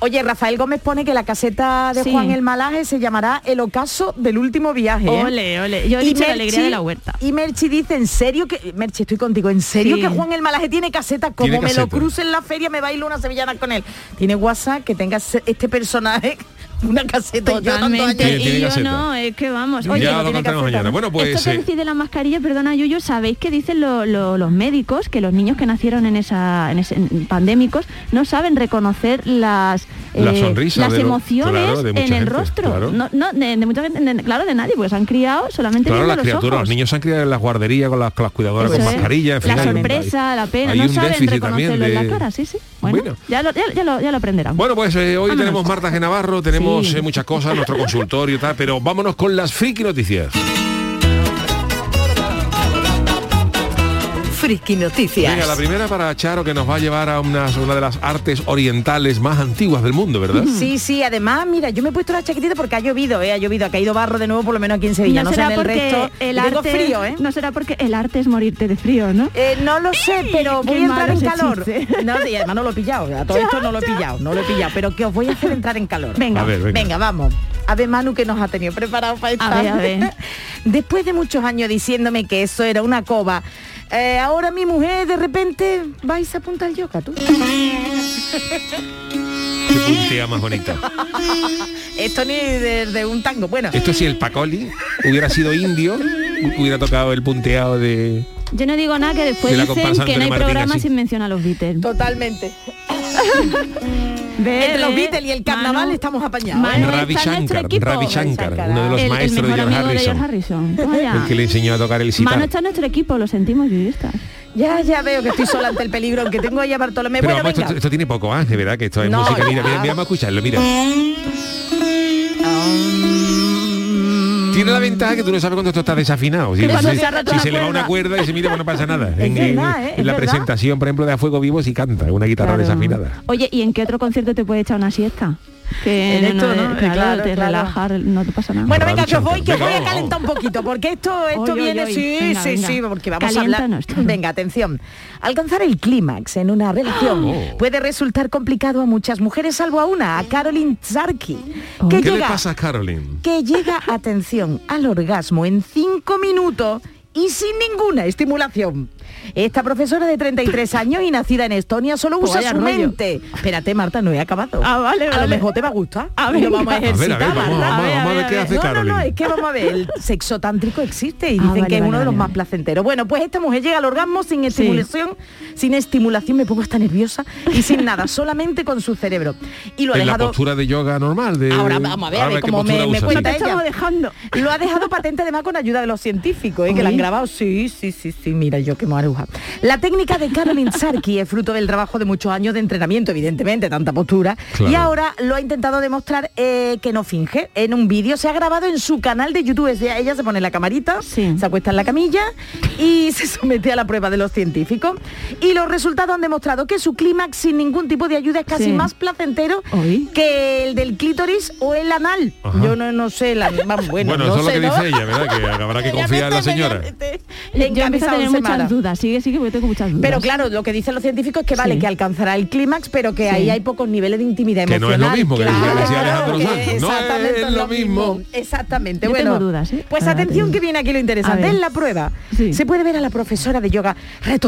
F: Oye, Rafael Gómez pone que la caseta de
G: Sí.
F: Juan el Malaje se llamará El ocaso del último viaje. ¿eh?
G: Ole, ole. Yo he dicho la alegría de la huerta.
F: Y Merchi dice, ¿en serio que... Merchi, estoy contigo. ¿En serio
G: Sí.
F: que Juan el Malaje tiene caseta? Como
A: Tiene
F: me lo
A: caseta.
F: cruce en la feria, me bailo una sevillana con él. Tiene WhatsApp que tenga se- este personaje una caseta. y yo tantos años
G: Totalmente.
A: Tiene-
G: y
A: tiene
G: yo
A: caseta.
G: no, es que vamos.
A: ya
G: no
A: lo
G: tiene
A: contaremos
G: caseta,
A: mañana.
G: ¿no?
A: Bueno, pues...
G: Esto que
A: eh,
G: decís de la mascarilla, perdona Yuyo, sabéis que dicen lo- lo- los médicos que los niños que nacieron en esa en ese- en pandémicos no saben reconocer las eh,
A: La sonrisa
G: las
A: de lo-
G: emociones
A: claro, de mucha
G: en el
A: gente,
G: rostro.
A: claro.
G: No, no, de, de mucha gente, de- claro, de nadie, porque se han criado solamente
A: Claro,
G: viendo
A: las
G: los
A: criaturas,
G: ojos.
A: los niños se han criado en las guarderías con las, con las cuidadoras
G: Eso
A: con
G: es.
A: mascarilla, en fin,
G: la
A: hay un-
G: sorpresa, la pena,
A: hay
G: no
A: un
G: saben
A: déficit también
G: reconocerlo en
A: de-
G: la cara, sí, sí. Bueno,
A: Bueno.
G: Ya, lo, ya- ya lo, ya lo aprenderán.
A: Bueno, pues eh, hoy
G: Vámonos.
A: tenemos Marta Genavarro, tenemos
G: Sí.
A: eh, muchas cosas, nuestro consultorio y tal, pero vámonos con las friki noticias.
D: Friki Noticias.
A: Venga, la primera para Charo que nos va a llevar a unas- una de las artes orientales más antiguas del mundo, ¿verdad?
F: Sí, sí, además, mira, yo me he puesto la chaquetita porque ha llovido, ¿eh? Ha llovido, ha caído barro de nuevo, por lo menos aquí en Sevilla. No,
G: no
F: sé en
G: será
F: el
G: porque
F: resto.
G: el
F: Y tengo
G: arte
F: frío, ¿eh?
G: no será porque el arte es morirte de frío, ¿no?
F: Eh, no lo sé, pero
G: Qué
F: voy a entrar
G: malo
F: en
G: ese
F: calor.
G: chiste.
F: No, y además no lo he pillado. A todo esto no lo he pillado, no lo he pillado. Pero que os voy a hacer entrar en calor.
G: Venga.
A: A ver, venga.
F: venga. vamos. A ver, Manu, que nos ha tenido preparado para esta.
G: ver, a ver.
F: Después de muchos años diciéndome que eso era una coba, eh, ahora mi mujer de repente vais a apuntar yoga, tú.
A: Qué puntilla más bonita.
F: Esto ni desde un
A: Eh.
F: tango. Bueno,
A: Esto si el Pacoli hubiera sido indio, hu- hubiera tocado el punteado de...
G: Yo no digo nada que después
A: De la
G: dicen
A: comparsa
G: que no
A: Antonio
G: hay
A: Martín,
G: programa
A: así.
G: sin mencionar a los Beatles.
F: Totalmente.
G: Ve,
F: Entre los
G: ve,
F: Beatles y el carnaval
G: Manu,
F: estamos apañados.
G: Manu
A: Ravi
G: está en nuestro
A: Shankar,
G: equipo. ¿ah?
A: Ravi Shankar, uno de los
G: el, el
A: maestros de
G: mejor
A: George
G: amigo de
A: Harrison,
G: George Harrison. Toma ya.
A: el que le enseñó a tocar el sitar.
G: Manu está en nuestro equipo, lo sentimos, yo está.
F: Ya, ya veo que estoy sola ante el peligro, aunque tengo ahí a Bartolomé.
A: Pero
F: bueno,
A: vamos,
F: venga.
A: esto, esto tiene poco ángel, ¿verdad? Que esto es
F: No,
A: música. Mira,
F: ya.
A: mira, mira, vamos a escucharlo, mira. Tiene la ventaja que tú no sabes cuando esto está desafinado. Si,
G: Que cuando
A: si-
G: se ha roto
A: si
G: la
A: se le va
G: cuerda.
A: una cuerda y se mira, pues no pasa nada. en
F: verdad, ¿eh?
A: en
F: Es
A: la
F: verdad.
A: presentación, por ejemplo, de A Fuego Vivo, si canta, una guitarra
G: Claro.
A: desafinada.
G: Oye, ¿y en qué otro concierto te puede echar una siesta? Que
F: En esto, ¿no? Eh,
G: claro,
F: claro,
G: te
F: claro.
G: relajas, no te pasa nada.
F: Bueno,
A: Ravi
F: venga, que os voy,
A: Shankar.
F: que os voy
A: Venga, vamos,
F: a calentar un poquito, porque esto, esto
G: Oy, oy,
F: viene,
G: oy.
F: sí,
G: Venga,
F: sí,
G: venga.
F: sí, porque vamos a hablar.
G: Caliéntanos, chaval.
F: Venga, atención. Alcanzar el clímax en una relación
A: Oh.
F: puede resultar complicado a muchas mujeres, salvo a una, a Caroline Zarki,
G: Oh.
F: que
A: ¿Qué le
F: llega
A: pasa a Caroline?
F: que llega, atención, al orgasmo en cinco minutos y sin ninguna estimulación. Esta profesora de 33 años y nacida en Estonia solo
G: Pues
F: usa
G: vaya
F: su
G: rollo.
F: mente. Espérate, Marta, no he acabado.
G: Ah, vale,
F: A lo
G: vale.
F: mejor te va a gustar.
G: Ah,
F: Y lo
G: venga.
F: vamos a
G: A ver,
A: A ver, a
F: ejercitar,
A: ver, vamos,
F: Marta.
A: vamos,
G: a ver,
A: vamos a ver
G: a
A: qué
G: ver.
A: hace
F: No, no, no, es
A: Caroline.
F: que vamos a ver, el sexo tántrico existe y
G: Ah,
F: dicen
G: vale,
F: que es
G: vale,
F: uno de los
G: vale,
F: más
G: vale.
F: placenteros. Bueno, pues esta mujer llega al orgasmo sin estimulación, sin estimulación, me pongo hasta nerviosa y sin nada, solamente con su cerebro. Y lo ha
A: En la
F: dejado.
A: postura de yoga normal. de-
F: Ahora vamos a ver, a ver
A: qué
F: cómo me-
A: postura
F: me
A: usa.
F: cuenta
G: te
F: ella.
G: estamos dejando.
F: Lo ha dejado patente además con ayuda de los científicos, ¿eh? que la han
G: Uy.
F: grabado. Sí, sí, sí, sí, mira yo qué maruja. La técnica de Caroline Sarki es fruto del trabajo de muchos años de entrenamiento, evidentemente, tanta postura.
A: Claro.
F: Y ahora lo ha intentado demostrar eh, que no finge. En un vídeo se ha grabado en su canal de YouTube. Es decir, Ella se pone la camarita,
G: Sí.
F: se acuesta en la camilla y se somete a la prueba de los científicos. Y los resultados han demostrado que su clímax sin ningún tipo de ayuda es casi
G: Sí.
F: más placentero
G: Uy.
F: que el del clítoris o el anal.
A: Ajá.
F: Yo no, no sé, la, vamos, bueno,
A: Bueno,
F: no
A: eso es lo
F: sé,
A: que
F: ¿no?
A: dice ella, ¿verdad? Que habrá que confiar en la señora.
F: Le
G: Yo empiezo a
F: encabezado
G: tener muchas
F: semana.
G: dudas, sigue, sigue, porque tengo muchas dudas.
F: Pero claro, lo que dicen los científicos es que vale,
G: Sí.
F: que alcanzará el clímax, pero que
G: Sí.
F: ahí hay pocos niveles de intimidad
A: Que no es lo
F: emocional.
A: mismo que
F: Claro,
A: decía Alejandro
F: claro,
A: Sanz.
F: que
A: No es
F: exactamente
A: lo mismo.
F: Exactamente.
G: Yo
F: bueno,
G: tengo dudas, ¿eh?
F: pues
G: Ahora
F: atención
G: tengo.
F: que viene aquí lo interesante.
G: A ver.
F: En la prueba
G: Sí.
F: se puede ver a la profesora de yoga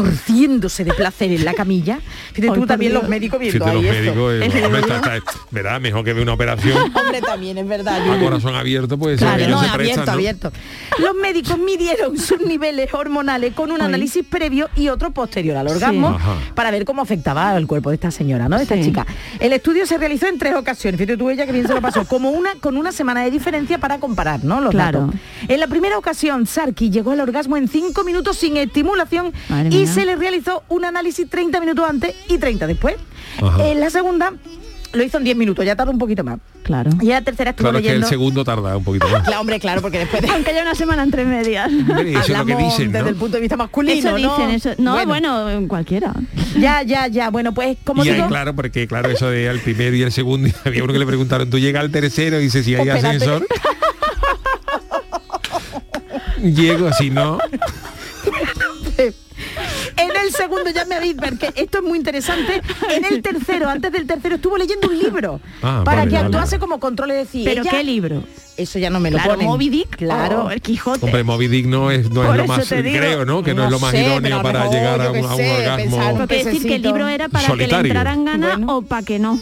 F: retorciéndose de placer en la camilla. Fíjate
G: Ay,
F: tú
G: por
F: también
G: Dios.
F: los médicos viendo
A: Fíjate los
F: ahí esto.
A: médicos, eh,
G: Ese
A: hombre,
G: digo
A: está- está- ¿verdad? Mejor que ve una operación
F: Hombre, también es verdad.
A: a
F: Yuyu.
A: corazón abierto, pues
F: Claro,
A: ellos
F: no,
A: se
F: abierto,
A: prestan, ¿no?
F: abierto. Los médicos midieron sus niveles hormonales con un
G: Ay.
F: análisis previo y otro posterior al orgasmo
A: Ajá.
F: para ver cómo afectaba al cuerpo de esta señora, ¿no? De esta
G: Sí.
F: chica. El estudio se realizó en tres ocasiones. Fíjate tú ella que bien se lo pasó. Como una, con una semana de diferencia para comparar, ¿no? Los
G: Claro.
F: datos. En la primera ocasión, Sarki llegó al orgasmo en cinco minutos sin estimulación
G: Madre
F: y
G: mía.
F: se le realizó un análisis 30 minutos antes y 30 después.
A: Ajá.
F: En la segunda lo hizo en 10 minutos, ya tardó un poquito más.
G: Claro.
F: Y en la tercera estuvo
A: Claro, es que el
F: leyendo...
A: segundo tarda un poquito más.
F: Claro, hombre, claro, porque después de...
G: Aunque haya una semana entre medias.
A: Hombre, Eso es lo que
F: Hablamos
A: dicen,
F: desde el
A: ¿no?
F: punto de vista masculino,
G: Eso dicen,
F: ¿no?
G: eso. No, bueno, cualquiera.
F: Ya, ya, ya. Bueno, pues como
A: Y ahí,
F: digo,
A: claro, porque claro, eso de al primero y el segundo, y había uno que le preguntaron, tú llegas al tercero, y dice si hay
F: Espérate.
A: ascensor. Llego, si no,
F: en el segundo ya me habéis porque esto es muy interesante. En el tercero, antes del tercero, estuvo leyendo un libro
A: Ah,
F: para
A: vale,
F: que
A: vale,
F: actuase
A: vale.
F: como control de decir.
G: Pero
F: ella-
G: qué libro.
F: Eso ya no me lo
G: Claro,
F: ponen.
G: Moby Dick,
F: Claro.
G: o el Quijote.
A: hombre, Moby Dick no es, no es
G: Por
A: lo
G: eso
A: más,
G: te digo.
A: creo, ¿no? Que no, es lo más
F: sé, pero a
A: idóneo
F: lo
A: para
F: mejor,
A: llegar a
F: yo
A: un,
F: qué
A: a un
F: sé, pensar
A: orgasmo.
F: un
G: Porque decir que el
F: pececito.
G: libro era para que le
A: Solitario.
G: entraran ganas
F: Bueno.
G: o para que no.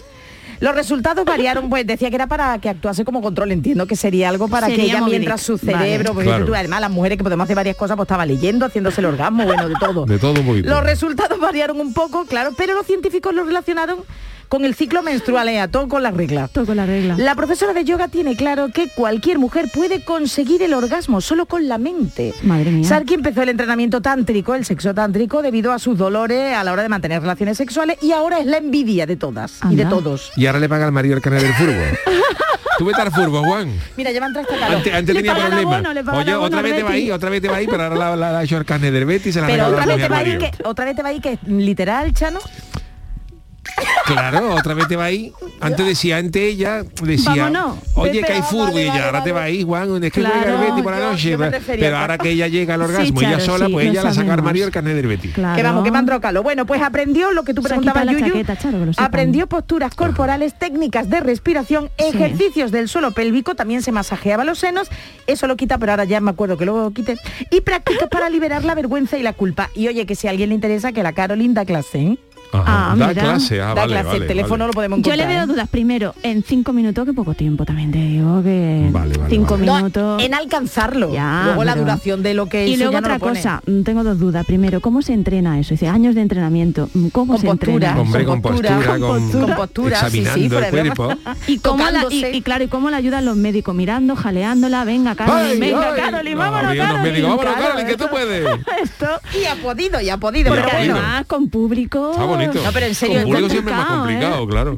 F: Los resultados variaron, pues decía que era para que actuase como control, entiendo que sería algo para
G: Sería
F: que ella
G: Moby
F: mientras
G: Dick,
F: su cerebro,
G: vale.
F: pues,
A: Claro.
F: tú, además las mujeres que podemos hacer varias cosas, pues estaba leyendo, haciéndose el orgasmo, bueno, de todo.
A: De todo un poquito.
F: Los resultados variaron un poco, claro, pero los científicos lo relacionaron con el ciclo menstrual, eh, a todo con las reglas.
G: Toco la regla.
F: La profesora de yoga tiene claro que cualquier mujer puede conseguir el orgasmo solo con la mente.
G: Madre mía.
F: Sarki empezó el entrenamiento tántrico, el sexo tántrico, debido a sus dolores a la hora de mantener relaciones sexuales y ahora es la envidia de todas y de
G: Anda.
F: todos.
A: Y ahora le paga al marido el canal del furbo. Tú vete al furbo, Juan.
F: Mira, ya me entra esta calor.
A: Antes, antes
G: Le
A: tenía
G: pagan
A: problemas.
G: abono, le pagan
A: Oye,
G: abono
A: otra
G: al
A: vez te va
G: Betis.
A: ahí, otra vez te va ahí, pero ahora la, la, la ha hecho el carnet del Betis y se la
F: Pero
A: regala la
F: otra
A: mujer
F: vez, te va a
A: al
F: ir que,
A: marido.
F: otra vez te va a ir que es literal, Chano.
A: Claro, otra vez te va ahí. Antes decía, antes ella decía,
G: Vámonos.
A: oye,
F: Pepe,
A: que hay
F: ah,
A: furbo
F: vale,
A: y ya,
F: vale,
A: ahora te va
F: vale.
A: ahí, Juan, es que
G: Claro,
A: juega el Betis por la
F: yo-
A: noche.
F: yo me
A: pero-
F: refería
A: pero
F: a-
A: ahora que ella llega al orgasmo y
G: Charo,
A: ella sola,
G: sí,
A: pues
G: lo
A: ella la saca al
G: sabemos.
A: marido el carnet del Betis.
G: Claro.
F: Que vamos, que me ha entrado calor. Bueno, pues aprendió lo que tú
G: Se ha
F: preguntabas,
G: quitado la
F: Yuyu.
G: chaqueta, Charo, que lo sepan.
F: aprendió posturas corporales, técnicas de respiración, ejercicios del suelo pélvico, también se masajeaba los senos, eso lo quita, pero ahora ya me acuerdo que lo quité, y prácticas para liberar la vergüenza y la culpa. Y oye, que si a alguien le interesa, que la Caroline da clase, ¿eh?
A: Ajá.
G: Ah,
A: da
G: mira.
A: clase, ah,
F: da
A: vale,
F: clase,
A: vale,
F: el teléfono
A: vale.
F: lo podemos
G: Yo
F: encontrar.
G: le veo
F: ¿eh?
G: dudas primero en cinco minutos que poco tiempo también te digo que
A: Vale, vale,
G: cinco
A: vale.
F: No,
G: minutos
F: en alcanzarlo.
G: Ya,
F: luego la
G: pero-
F: duración de lo que
G: Ah, y
F: eso
G: luego
F: ya no
G: otra
F: lo pone.
G: cosa mm, tengo dos dudas primero cómo se entrena eso dice años de entrenamiento mm, cómo
F: Con
G: se
F: postura.
G: entrena
A: Hombre, con
F: Compostura,
A: postura, con,
F: compostura. Compostura, sí, sí,
A: examinando
F: fuera
A: el
F: de broma.
A: cuerpo.
G: y cómo la, y,
F: tocándose.
G: y claro y cómo la ayudan los médicos mirando jaleándola venga Carolyn
A: ¡Ay,
G: venga
A: ay!
G: Carolyn
A: No,
G: vámonos
A: había unos
G: Carolyn
A: médicos, vámonos,
G: claro,
A: Carolyn, que tú
G: esto-
A: puedes.
G: esto
F: Y ha podido, y ha podido,
A: Y ha
F: pero
G: porque
A: podido.
F: bueno.
G: además con público
A: Está bonito.
F: No, pero en serio,
A: Con
F: es
A: público siempre es más complicado,
G: ¿eh?
A: claro.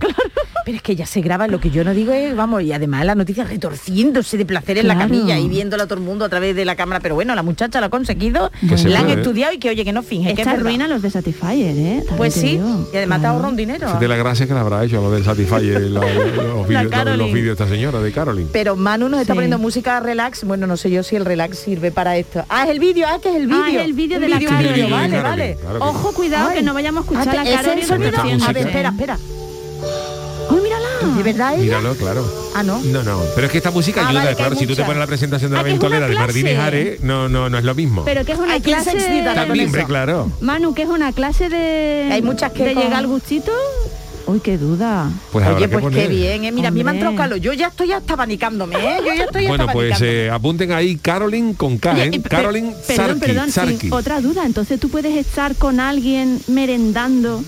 F: Pero es que ya se graba, lo que yo no digo es, vamos, y además la noticia retorciéndose de placer en la
G: Claro.
F: camilla y viéndola a todo el mundo a través de la cámara, pero bueno, la muchacha la ha conseguido,
A: Que se
F: la han
A: puede.
F: estudiado y que oye, que no finge, que es
G: Esta
F: verdad.
G: arruina los de Satisfyer, ¿eh? También
F: Pues
G: te
F: sí,
G: digo.
F: y además te
G: Claro.
F: ahorra un dinero.
A: De la gracia que le habrá hecho a lo del Satisfyer, la- los vídeos los- los
G: Carolyn.
A: vídeos de esta señora, de Caroline.
F: Pero Manu nos está
G: Sí.
F: poniendo música relax. Bueno, no sé yo si el relax sirve para esto. Ah, es el vídeo, ah, que es el vídeo.
G: Ah, es el vídeo
F: Un
G: de la
F: un
G: Carolyn.
F: vídeo, Vale,
A: Carolyn,
F: vale.
A: claro que sí.
G: Ojo, cuidado,
F: Ay.
G: que no vayamos a escuchar
F: Ah,
G: a
F: ¿ese es
G: Carolyn.
F: el sonido?
A: Esta música.
F: A ver, espera, espera.
G: ¡Ay, mírala!
F: ¿De verdad ella?
A: Míralo, claro.
F: Ah, no.
A: No, no, pero es que esta música
F: Ah,
A: ayuda,
F: vale, que
A: claro,
F: hay
A: si tú te
F: mucha.
A: pones la presentación de la
G: Ah, que es una
A: ventolera de
G: clase.
A: Martínez Are, no, no, no es lo mismo.
G: Pero que es una
F: Ay, ¿quién se
G: clase...
F: excita con
A: También,
F: eso?
A: hombre, claro.
G: Manu, que es una clase de...
F: Hay muchas que
G: ¿De
F: con-
G: llegar al gustito? Uy, qué duda.
A: Pues habrá
F: Oye,
A: que
F: pues qué
A: poner.
F: bien, ¿eh? Mira, a mí me ha
G: Hombre.
F: entrado calor. Yo ya estoy hasta abanicándome, ¿eh? Yo ya estoy
A: Bueno,
F: hasta
A: pues
F: abanicándome.
A: eh, apunten ahí Caroline con K,
G: Oye,
A: ¿eh?
F: pues,
G: eh, per-
A: Caroline
G: Perdón,
A: Sarki,
G: perdón, sí,
A: Sarki.
G: otra duda. Entonces tú puedes estar con alguien merendando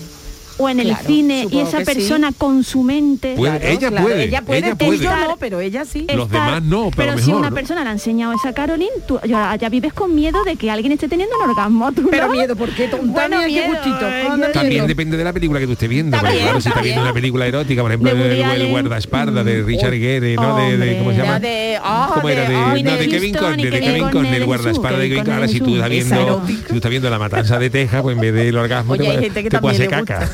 G: o en el
F: Claro,
G: cine y
F: supongo
G: esa
F: que sí.
G: persona con su mente...
A: eh, Puede- ella puede,
F: Ella puede,
A: ella
F: pero
A: puede.
F: yo no, pero ella sí.
A: Los
G: estar-
A: demás no, pero
G: si
A: mejor,
G: una
A: ¿no?
G: persona le ha enseñado esa Caroline, tú ya, ya vives con miedo de que alguien esté teniendo un orgasmo. ¿tú
F: Pero
G: no?
F: miedo, ¿por qué? Tonta, mira qué gustito.
G: eh,
F: Anda,
G: yo-
A: También
F: Pero-
A: depende de la película que tú estés viendo. porque,
F: También,
A: claro, si estás
F: también.
A: viendo una película erótica, por ejemplo,
G: De
A: el,
G: Woody
A: el
G: Allen. Mm.
A: guardaespaldas de Richard Gere, ¿no? De, de-
G: Hombre.
A: ¿Cómo se llama?
F: La de- ah,
A: ¿Cómo era?
F: de-
A: De,
F: ah,
A: no,
F: Whitney
A: de Kevin
G: Houston y
A: Conner, de
G: Kevin
A: Kevin
G: Conner
A: Conner,
G: en
A: el
G: su,
A: guardaespaldas de Kevin
G: Kevin
A: Conner. Ahora,
G: Conner
A: si
G: en
A: tú
G: su-
A: estás
G: Esa
A: viendo,
G: erótica.
A: si tú estás viendo La matanza de Texas, pues en vez del orgasmo
F: Oye,
A: te,
F: hay
A: puede-
F: gente que
A: te puede hacer
F: también le
A: caca.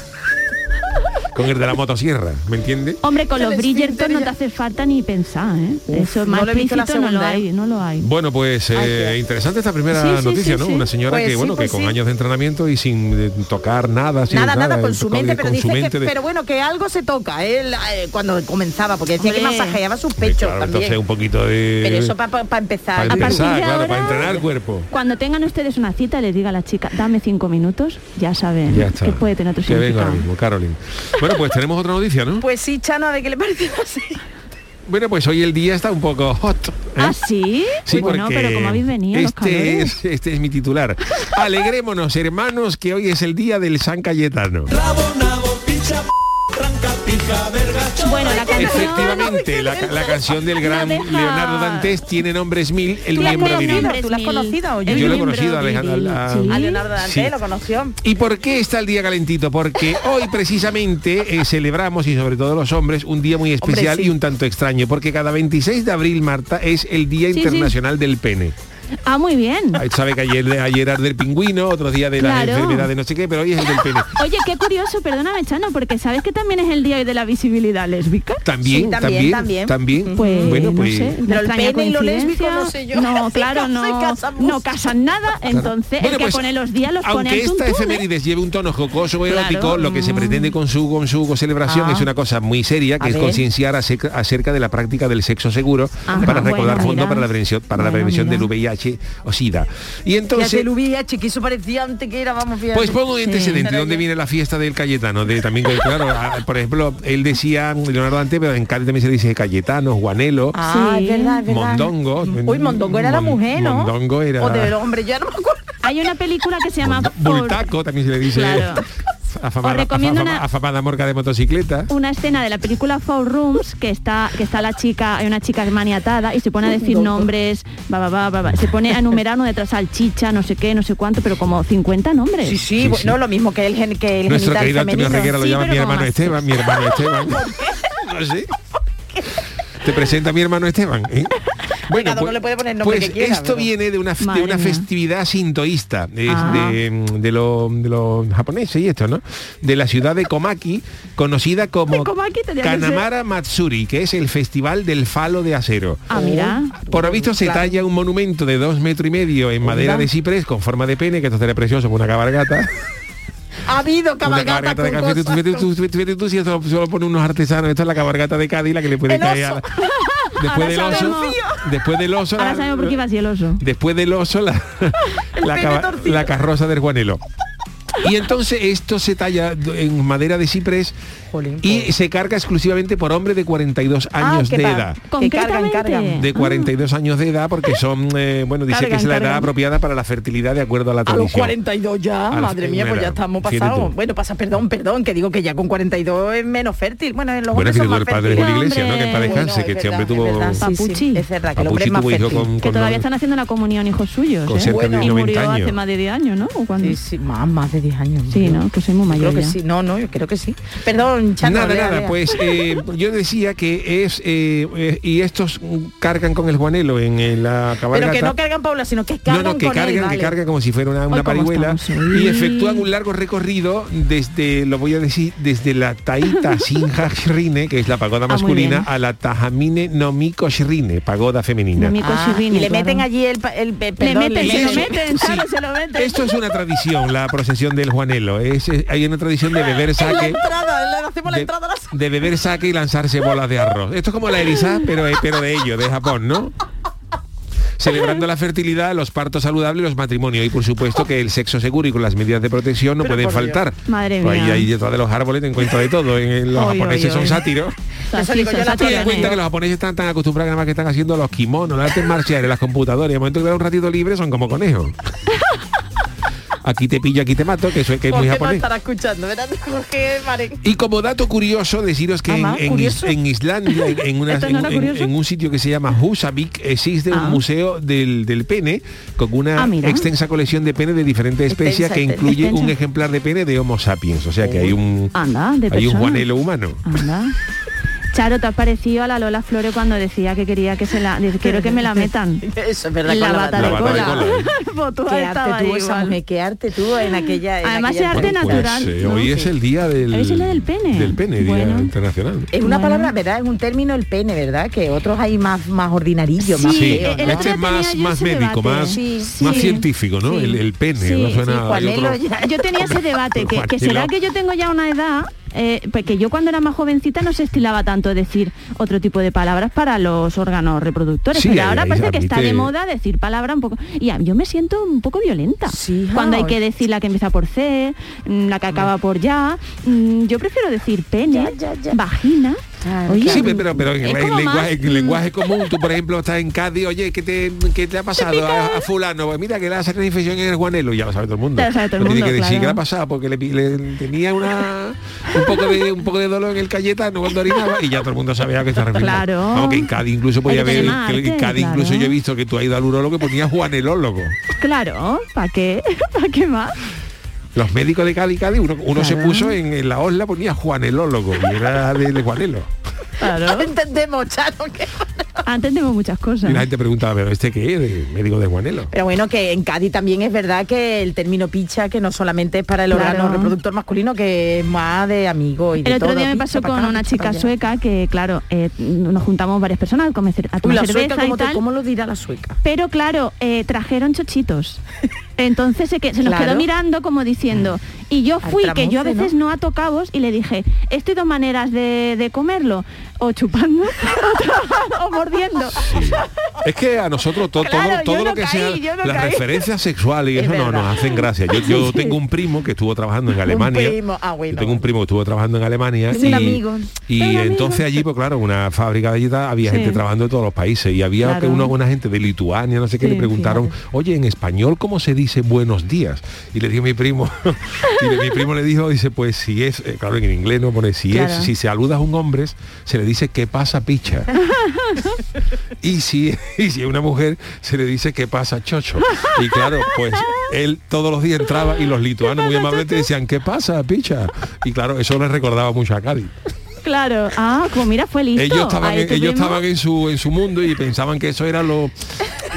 A: Con el de la motosierra, ¿me entiendes?
G: Hombre, con
F: El
G: los
F: esfínter
G: Bridgerton no
F: ya-
G: te hace falta ni pensar, ¿eh?
F: Uf,
G: Eso
F: no
G: más
F: lo he visto la
G: explícito no lo
F: segunda, ¿eh?
G: hay, no lo hay.
A: Bueno, pues eh, interesante esta primera
G: Sí, sí,
A: noticia,
G: sí,
A: ¿no?
G: sí.
A: Una señora
F: Pues
A: que,
F: sí,
A: bueno,
F: pues
A: que con
F: sí.
A: años de entrenamiento y sin eh, tocar nada, sin
F: Nada, nada, con su
A: tocó-
F: mente, pero
A: con su
F: dice que,
A: mente de-
F: pero bueno, que algo se toca, él eh, cuando comenzaba, porque decía que
G: Hombre.
F: masajeaba sus
A: Hombre,
F: pechos
A: claro,
F: también.
A: Entonces un poquito de...
F: pero eso para
A: para
F: empezar.
G: partir
A: empezar,
G: de
A: claro,
G: ahora-
A: para entrenar el cuerpo.
G: Cuando tengan ustedes una cita, les diga a la chica, dame cinco minutos, ya saben
A: Ya está.
G: que puede tener otro
A: Que venga ahora
G: significado.
A: mismo, Caroline. Bueno, pues tenemos otra noticia, ¿no?
F: Pues sí, Chano, ¿a de qué le parece así?
A: Bueno, pues hoy el día está un poco hot. ¿eh?
G: ¿Ah, sí?
A: Sí,
G: bueno,
A: porque
G: pero como habéis venido, los
A: este
G: calores.
A: es, este es mi titular. Alegrémonos, hermanos, que hoy es el día del San Cayetano.
G: Bueno, la canción...
A: Efectivamente, la, la canción del gran
G: No deja.
A: Leonardo Dantes tiene nombres mil, el
G: ¿Tú la has
A: miembro
G: conocido?
A: viril.
F: ¿Tú la has conocido, oye?
G: El
A: Yo la he
G: miembro
A: conocido, Alejandra,
G: viril,
A: la-
G: sí.
F: A Leonardo Dante
A: Sí.
F: lo conoció.
A: ¿Y por qué está el día calentito? Porque hoy precisamente eh, celebramos, y sobre todo los hombres, un día muy especial
F: sí.
A: y un tanto extraño, porque cada 26 de abril, Marta, es el Día
G: sí.
A: Internacional del Pene.
G: Ah, muy bien.
A: Ahí Sabe que ayer, ayer era del pingüino, otro día de la
G: Claro.
A: enfermedad de no sé qué, pero hoy es el del pene.
G: Oye, qué curioso, perdóname, Chano, porque sabes que también es el día hoy de la visibilidad lésbica.
A: También,
F: Sí,
A: también, también,
F: también, también.
G: Pues,
A: bueno,
G: no
A: pues...
G: sé, una
F: Pero el
G: extraña
F: pene y lo
G: coincidencia.
F: lésbico no sé yo.
G: No,
F: Se
G: claro,
F: casan-
G: no,
F: se casan
G: no
F: mucho.
G: casan nada, entonces
A: Bueno,
G: el que
A: pues,
G: pone los días los pone
A: Aunque
G: al
A: esta
G: tuntún, ¿eh?
A: efemérides lleve un tono jocoso o erótico,
G: Claro.
A: lo que se pretende con su, con su celebración
F: Ah.
A: es una cosa muy seria, que
F: A
A: es
F: ver. Ah,
A: concienciar ace- acerca de la práctica del sexo seguro
G: Ajá,
A: para
G: bueno,
A: recordar fondo
G: mira.
A: para la prevención, para la
G: Bueno,
A: prevención
G: mira.
A: del VIH o SIDA. Y
F: Ya
A: entonces,
F: te lo vi, ya, chiquiso, parecía antes que era, vamos, fíjate.
A: pues pongo un antecedente,
F: Pero
A: ¿dónde
F: ya-
A: viene la fiesta del Cayetano? De, también, que, claro, a- por ejemplo, él decía, Leonardo Dante, pero en Cádiz también se dice Cayetano, Juanelo.
F: Ah,
G: Sí.
F: es verdad, es verdad.
A: Mondongo.
F: Uy, Mondongo era la
A: Mon-
F: mujer, ¿no?
A: Mondongo era-
F: O del hombre, yo no me acuerdo.
G: Hay una película que se llama Por-
A: Bultaco también se le dice.
G: Claro.
A: Afamada,
G: Os recomiendo
A: afama-
G: una-
A: afamada morca de motocicleta.
G: una escena de la película Four Rooms que está que está la chica hay una chica maniatada y se pone a decir nombres va, va, va, va, va. se pone a enumerar uno detrás salchicha no sé qué no sé cuánto pero como 50 nombres
F: Sí, sí,
A: Sí,
F: bueno,
A: sí.
F: lo mismo que el, gen, que el
A: Nuestro
F: genital
A: querido Antonio
F: femenino.
A: Reguera lo
G: Sí,
A: llama
G: pero
A: mi
G: con
A: hermano
G: más.
A: Esteban, mi hermano Esteban. no sé. Te presenta a mi hermano Esteban. ¿eh? Bueno,
F: cada uno le puede poner el nombre
A: pues
F: que quiera,
A: esto
F: pero-
A: viene de una, de
G: Madre
A: una
G: mía.
A: festividad sintoísta, es
G: Ah.
A: de, mm, de lo- de los japoneses y esto, ¿no? De la ciudad de Komaki, conocida como
G: De Komaki tenía que ser.
A: Kanamara Matsuri, que es el festival del falo de acero.
G: ah mira
A: Por lo visto se talla un monumento de dos metros y medio en madera de ciprés con forma de pene, que esto sería precioso, con una cabalgata.
F: Ha habido
A: Una
F: cabalgata
A: de Cádiz.
F: con
A: Tú
F: cosas,
A: fíjate
F: con-
A: tú, fíjate tú, tú, si esto lo- solo ponen unos artesanos, esta es la cabalgata de Cádiz, la que le puede
F: El
A: caer a
F: oso.
A: la- Después
G: Ahora
A: del oso.
G: sabemos.
A: Después del oso.
G: ahora
A: la-
G: sabemos por qué iba así el oso
A: Después del oso, la, la,
F: pene
A: caba-
F: torcido.
A: la carroza del Juanelo. Y entonces esto se talla en madera de ciprés
F: Jolín,
A: y se carga exclusivamente por hombres de 42
F: Ah,
A: años
F: que
A: de
F: pa-
A: edad.
F: Que cargan,
G: Concretamente.
F: cargan.
A: De 42 años de edad porque son, eh, bueno, dice
F: Cargan,
A: que es la edad
F: cargan.
A: apropiada para la fertilidad de acuerdo a la
F: A los
A: tradición.
F: 42 ya,
A: A los
F: madre mía, pues
A: primera.
F: ya estamos
A: Fíjate
F: pasados.
A: tú.
F: Bueno, pasa, perdón, perdón, que digo que ya con 42 es menos fértil. Bueno, en los
A: Bueno,
F: hombres
A: fíjate
F: son
A: tú,
F: más
A: el padre de
F: fértiles.
A: la iglesia, ¿no? Que en paz
F: Hombre,
A: descanse,
F: bueno,
A: que
F: es
A: este hombre
F: verdad,
A: tuvo...
F: es verdad, sí, sí,
G: Papuchi.
F: es verdad, que el
A: Papuchi
F: hombre es más
A: tuvo hijo
F: fértil.
A: con,
G: Que
A: con
G: todavía
A: no-
G: están haciendo la comunión hijos suyos.
A: con
G: ¿eh?
A: cerca de
G: y
A: 90
G: murió hace
A: años.
G: más de 10 años, ¿no? ¿O cuándo?
F: Sí, sí, más, más de 10 años.
G: Sí, ¿no? Que soy muy
F: Yo
G: mayor
F: creo que
G: ya.
F: sí, no, no, yo creo que sí. Perdón, Chano,
A: nada,
F: lea,
A: nada,
F: lea.
A: pues eh, yo decía que es, eh, eh, y estos cargan con el juanelo en, en la cabalgata.
F: Pero que no cargan Paula, sino que cargan
A: No, no, que
F: con él,
A: cargan,
F: vale.
A: que cargan como si fuera una, una
G: Ay, ¿cómo
A: parihuela
G: estamos hoy?
A: y efectúan un largo recorrido desde, lo voy a decir, desde la Taita Sinja Shrine, que es la
F: Ah,
A: pagoda
G: muy
A: masculina,
G: bien.
A: a la Tajamine Nomiko Shrine, pagoda femenina.
G: Nomiko
F: Ah, y
G: Chirrini,
F: le
G: claro.
F: meten allí el, pa- el, pe-
G: Le
F: perdón,
G: meten, se lo
A: Eso-
G: meten,
A: sí.
G: claro, se lo meten.
A: Esto es una tradición, la procesión del Juanelo. Es, es- hay una tradición de beber
F: la
A: saque.
F: entrada, le hacemos la
A: De,
F: entrada a la sala.
A: de beber saque y lanzarse bolas de arroz. Esto es como la eriza, pero, eh, pero de ello, de Japón, ¿no? Celebrando la fertilidad, los partos saludables, los matrimonios y por supuesto que el sexo seguro y con las medidas de protección no pueden faltar.
G: Madre
A: Pues
G: mía.
A: Ahí, ahí detrás de los árboles te encuentras de todo. En, en los
G: Oy,
A: japoneses
G: oy,
A: son
G: oy.
A: sátiros.
G: Así
F: digo
G: se
F: yo, la
A: Tú te das
G: saturan,
A: cuenta
G: ¿eh?
A: que los japoneses están tan acostumbrados que nada más que están haciendo los kimonos, las artes marciales, las computadoras. Y al momento que dan un ratito libre son como conejos. Aquí te pillo, aquí te mato, que eso es que es muy
F: Jorge no
A: japonés.
F: estará escuchando, ¿verdad? Jorge, vale.
A: Y como dato curioso, deciros que en-
F: Mamá,
A: en, Is-
F: curioso.
A: en Islandia, en, en una-
G: Ah, ¿Esto no
A: en-
G: era
A: en-
G: curioso?
A: en un sitio que se llama Husavik, existe
G: Ah.
A: un museo del, del pene con una
G: Ah, mira.
A: extensa colección de pene de diferentes especies
F: Extensa,
A: que
F: extensa.
A: incluye un
G: Extensa.
A: ejemplar de pene de Homo sapiens. O sea que hay un, hay
G: Anda, de
A: un E-
G: persona.
A: juanelo humano.
G: Anda. Charo, te has parecido a la Lola Flores cuando decía que quería que se la... dice, quiero que me la metan.
F: Eso es verdad
G: En Ah, la
F: con
G: bata
A: bata.
G: de
A: La bata de
G: cola.
A: cola, ¿eh?
G: Pues tú
F: Qué
G: estabas
F: arte tuvo
G: ahí
F: esa
G: igual.
F: mujer, qué arte tuvo en aquella en
G: Además,
F: aquella
G: ese arte
F: época.
G: Bueno, natural,
A: eh,
G: ¿no?
A: Hoy es el día del,
G: Hoy es el día del pene.
A: Del pene, día
G: Bueno.
A: internacional.
F: Es una
G: Bueno.
F: palabra, ¿verdad? Es un término el pene, ¿verdad? Que otros hay más más ordinarillo, más
G: Sí,
A: Sí,
F: feo,
G: el- el
F: ¿no?
G: otro
A: este
G: día
A: es más,
G: tenía yo
A: más
G: ese
A: médico,
G: debate.
A: más,
G: Sí,
A: más
G: sí.
A: científico, ¿no?
G: Sí.
A: El, el pene,
G: Sí,
A: no
G: sí,
A: suena hay
F: Juanelo
A: otro-
F: ya-
G: Yo tenía ese debate, que, que
A: Juanelo.
G: será que yo tengo ya una edad, eh, porque yo cuando era más jovencita no se estilaba tanto decir otro tipo de palabras para los órganos reproductores,
A: Sí,
G: pero
A: ahí-
G: ahora
A: ahí
G: parece que está de
A: admite-
G: moda decir palabra un poco... Y a- yo me siento un poco violenta
F: Sí, hija,
G: cuando hay
F: oye.
G: que decir la que empieza por C, mm, la que acaba por ya. mm, Yo prefiero decir pene,
F: Ya, ya, ya.
G: vagina.
F: Claro,
G: Oye,
A: Sí, pero, pero eh, en
G: es
A: el
G: como más,
A: lenguaje, en
G: mm,
A: lenguaje común, tú por ejemplo estás en Cádiz, oye, ¿qué te, qué te ha pasado a, a fulano? Pues mira que le ha sacado una infección en el Juanelo, ya lo sabe todo el mundo.
G: Ya lo sabe todo el
A: No tiene
G: mundo,
A: que decir
G: claro.
A: que le ha pasado porque le, pi- le- tenía una un poco de un poco de dolor en el Cayetano cuando orinaba y ya todo el mundo sabía a qué está refiriendo.
G: Claro.
A: Vamos, que en Cádiz incluso podía
G: Hay que
A: haber,
G: tener más
A: que en
G: arte,
A: Cádiz
G: claro.
A: incluso yo he visto que tú has ido al urólogo que ponía Juanelólogo.
G: Claro, ¿para qué? ¿Para qué más?
A: Los médicos de Cádiz, Cádiz, uno, uno se
G: Claro.
A: puso en, en la osla ponía Juanelólogo y era del Juanelo.
G: Claro.
F: Entendemos, Charo, que...
G: Antes tengo muchas cosas.
A: Y la gente preguntaba, pero este qué es, De médico de Juanelo.
F: Pero bueno, que en Cádiz también es verdad que el término picha, que no solamente es para el
G: Claro.
F: órgano reproductor masculino, que es más de amigo y de
G: El otro
F: todo,
G: día me
F: picha
G: pasó
F: pa'
G: con
F: acá,
G: una
F: picha
G: chica
F: pa' allá.
G: sueca que, claro, eh, nos juntamos varias personas a, comer cer- a
F: Uy,
G: tomar
F: la
G: cerveza
F: sueca, ¿cómo,
G: y
F: te-
G: tal.
F: cómo lo dirá la sueca?
G: Pero claro, eh, trajeron chochitos. Entonces se, que, se nos
F: Claro.
G: quedó mirando como diciendo. Y yo
F: Al
G: fui, que yo a
F: tramonte,
G: veces
F: ¿no?
G: no, ato cabos y le dije, esto hay dos maneras de, de comerlo, o chupando o tra- o, mordiendo.
A: Es que a nosotros to-
G: Claro,
A: todo,
G: yo
A: todo
G: no
A: lo que
G: caí,
A: sea
G: yo no
A: las
G: caí.
A: referencias sexuales y
F: Es
A: eso no
F: verdad.
A: nos hacen gracia. Yo, yo tengo un primo que estuvo trabajando en Alemania.
F: primo, ah, bueno.
A: Yo tengo un primo que estuvo trabajando en Alemania
F: Es
A: y,
F: un amigo.
A: y
G: Es un amigo.
A: entonces allí, pues claro, una fábrica de galletas había
G: Sí.
A: gente trabajando de todos los países y había
G: Claro.
A: que uno, una gente de Lituania, no sé qué,
G: Sí,
A: le preguntaron, oye, en español cómo se dice buenos días y le dijo mi primo y le- mi primo le dijo, dice, pues si es, eh, claro, en inglés no pone si
G: Claro.
A: es, si saludas a un hombre se le dice qué pasa picha. Y si, y si a una mujer se le dice que pasa chocho. Y claro, pues él todos los días entraba y los lituanos muy amablemente decían, ¿qué pasa, picha? Y claro, eso les recordaba mucho a Cádiz.
G: Claro. Ah, como mira, fue listo.
A: Ellos estaban,
G: Ahí
A: en, ellos
G: tuvimos-
A: estaban en, su, en su mundo y pensaban que eso era lo,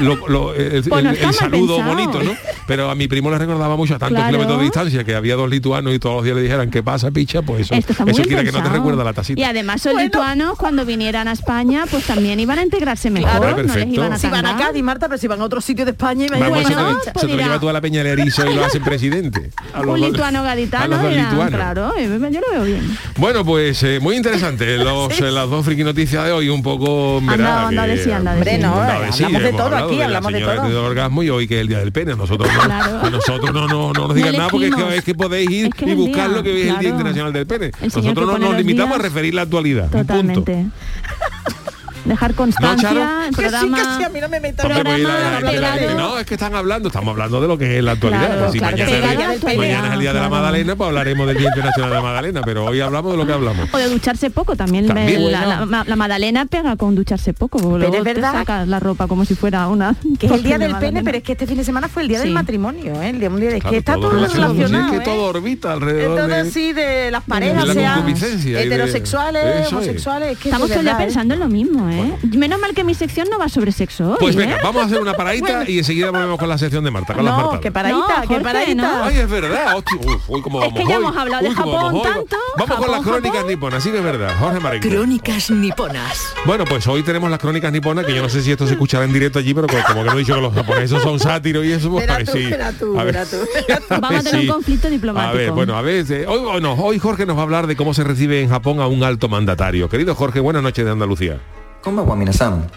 A: lo- lo- el,
G: Pues no
A: el-
G: está
A: el
G: mal
A: saludo
G: pensado.
A: bonito, ¿no? Pero a mi primo le recordaba mucho a tantos
G: Claro.
A: kilómetros de distancia que había dos lituanos y todos los días le dijeran, ¿qué pasa, picha? Pues eso,
G: Esto está muy
A: eso
G: bien
A: quiere que no te
G: pensado.
A: recuerda la tacita.
G: Y además los
F: Bueno.
G: lituanos cuando vinieran a España pues también iban a integrarse mejor,
A: Hombre,
G: no les
A: perfecto.
G: iban a
F: Si van a
G: tangar.
F: Cádiz, Marta, pero si van a otro sitio de España,
A: Vamos,
G: Bueno,
A: se te,
F: imagínate.
A: se
G: pues
A: te lo
G: dirá-
A: lleva tú a la peña de erizo y lo hacen presidente. A los
G: Un
A: dos-
G: lituano gaditano,
A: a los dos
G: dirán,
A: lituanos.
G: claro, eh, yo lo veo bien.
A: Bueno, pues eh, muy interesante los, eh, las dos friki noticias de hoy, un poco...
G: Anda, anda de sí, anda de
F: Hombre,
G: sí.
F: no, eh,
A: anda de sí,
F: hablamos de
A: hemos
F: todo
A: hablado
F: aquí,
A: de
F: hablamos
A: la
F: de
A: señora que ha
F: todo.
A: tenido el orgasmo y hoy que es el día del pene. A nosotros no,
G: Claro.
A: a nosotros no, no, no nos digan nada porque es que,
G: elegimos.
A: es que podéis ir
G: Es que es
A: y
G: el
A: buscar lo
G: día,
A: que hoy es el Día
G: claro.
A: Internacional del Pene.
G: El señor que
A: Nosotros no
G: pone
A: nos
G: los
A: limitamos
G: días.
A: a referir la actualidad.
G: Totalmente.
A: Punto.
G: Dejar
A: Charo?
G: constancia, en
F: Que sí,
G: programa...
F: que sí, a mí no me metas.
A: Hombre, pues,
G: Programa
A: la- la- la- la-
G: pegado.
A: no, es que están hablando, estamos hablando de lo que es la actualidad.
G: Claro,
A: Pues si
G: claro,
A: mañana,
G: pegado
A: es-
G: a la actualidad,
A: mañana es el Día de la
G: claro.
A: Magdalena, pues hablaremos del Día Internacional de la Magdalena, pero hoy hablamos de lo que hablamos.
G: O de ducharse poco también.
A: También.
G: La, la- la- la Madalena pega con ducharse poco. Pero
F: es verdad.
G: sacas la ropa como si fuera una...
F: Que es el día
G: de
F: del pene,
G: magdalena.
F: pero es que este fin de semana fue el día del
G: Sí.
F: matrimonio, ¿eh? El día mundial. Es
A: Claro,
F: que está todo
A: relacionado, si
F: relacionado.
A: Es que
F: ¿eh?
A: todo orbita alrededor
F: Entonces,
A: de...
F: sí, de las
A: de
F: parejas,
A: la
F: sean
A: concupiscencia y de-
F: heterosexuales,
A: Eso es.
F: homosexuales. es que
G: Estamos
F: de
G: todo el día
F: verdad, ¿eh?
G: pensando en lo mismo, ¿eh? Menos mal que mi sección no va sobre sexo hoy,
A: Pues
G: ¿eh?
A: venga, vamos a hacer una paradita y enseguida volvemos con la sección de Marta, con las
F: No,
A: Martadas.
F: que paradita,
G: No,
F: que
G: Jorge,
F: paradita.
G: no.
A: Ay, es verdad. Hostia, uy, uy, cómo
G: Es
A: vamos
G: que ya
A: hoy.
G: hemos hablado de
A: Uy, cómo
G: Japón
A: vamos hoy.
G: tanto.
A: Vamos con
G: Japón,
A: las crónicas
G: Japón.
A: niponas, sí que es verdad. Jorge Marín.
D: Crónicas niponas.
A: Bueno, pues hoy tenemos las crónicas niponas, que yo no sé si esto se escuchará en directo allí, pero como, como que no he dicho que los japoneses son sátiros y eso, pues
F: Verá tú,
A: sí.
F: verá tú,
A: A ver.
F: verá tú.
A: A
G: Vamos a
A: ver
G: tener un
A: si-
G: conflicto diplomático.
A: A ver, bueno, a veces. Hoy, hoy no, hoy Jorge nos va a hablar de cómo se recibe en Japón a un alto mandatario. Querido Jorge, buenas noches de Andalucía.
H: Konbanwa minasan.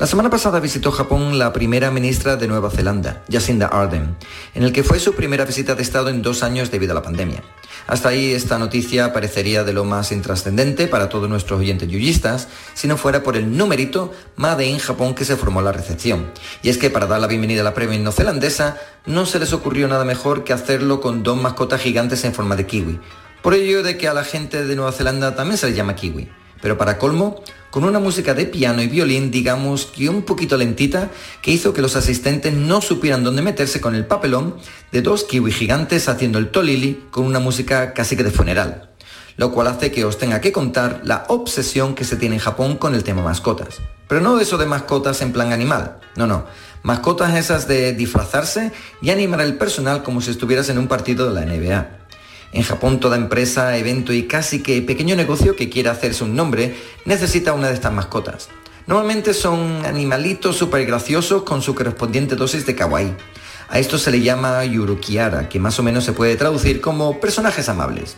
H: La semana pasada visitó Japón la primera ministra de Nueva Zelanda, Jacinda Ardern, en el que fue su primera visita de Estado en dos años debido a la pandemia. Hasta ahí esta noticia parecería de lo más intrascendente para todos nuestros oyentes yuyistas, si no fuera por el numerito Made in Japón que se formó en la recepción. Y es que para dar la bienvenida a la premio neozelandesa, no se les ocurrió nada mejor que hacerlo con dos mascotas gigantes en forma de kiwi. Por ello de que a la gente de Nueva Zelanda también se le llama kiwi. Pero para colmo, con una música de piano y violín, digamos que un poquito lentita, que hizo que los asistentes no supieran dónde meterse con el papelón de dos kiwi gigantes haciendo el tolili con una música casi que de funeral. Lo cual hace que os tenga que contar la obsesión que se tiene en Japón con el tema mascotas. Pero no eso de mascotas en plan animal, no, no. Mascotas esas de disfrazarse y animar al personal como si estuvieras en un partido de la NBA. En Japón toda empresa, evento y casi que pequeño negocio que quiera hacerse un nombre necesita una de estas mascotas. Normalmente son animalitos súper graciosos con su correspondiente dosis de kawaii. A esto se le llama yurukiara, que más o menos se puede traducir como personajes amables.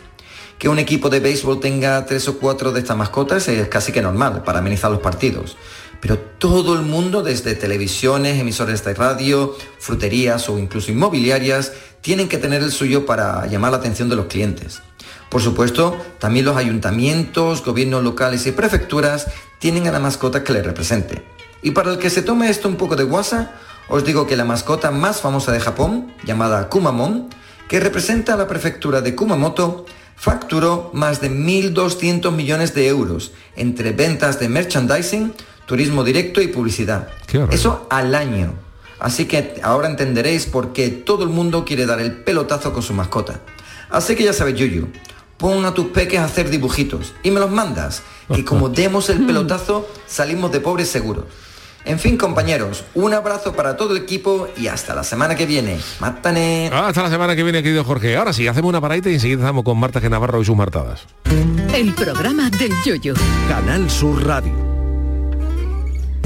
H: Que un equipo de béisbol tenga tres o cuatro de estas mascotas es casi que normal para amenizar los partidos. Pero todo el mundo, desde televisiones, emisores de radio, fruterías o incluso inmobiliarias, tienen que tener el suyo para llamar la atención de los clientes. Por supuesto, también los ayuntamientos, gobiernos locales y prefecturas tienen a la mascota que les represente. Y para el que se tome esto un poco de guasa, os digo que la mascota más famosa de Japón, llamada Kumamon, que representa a la prefectura de Kumamoto, facturó más de 1.200 millones de euros entre ventas de merchandising, turismo directo y publicidad.
A: Qué barbaridad.
H: Eso al año. Así que ahora entenderéis por qué todo el mundo quiere dar el pelotazo con su mascota. Así que ya sabes, Yuyu, pon a tus peques a hacer dibujitos y me los mandas, que como demos el pelotazo salimos de pobres seguros. En fin, compañeros, un abrazo para todo el equipo y hasta la semana que viene. ¡Mátane!
A: Ah, hasta la semana que viene, querido Jorge. Ahora sí, hacemos una paradita y enseguida estamos con Marta Genavarro y sus Martadas.
D: El programa del yoyo.
I: Canal Sur Radio.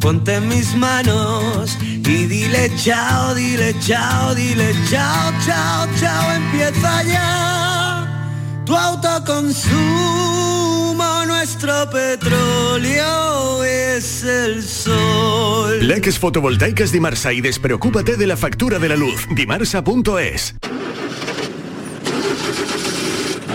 C: ponte en mis manos y dile chao, dile chao, dile chao, chao, chao, empieza ya. Tu autoconsumo, nuestro petróleo es el sol.
I: Leques fotovoltaicas Dimarsa y despreocúpate de la factura de la luz. Dimarsa.es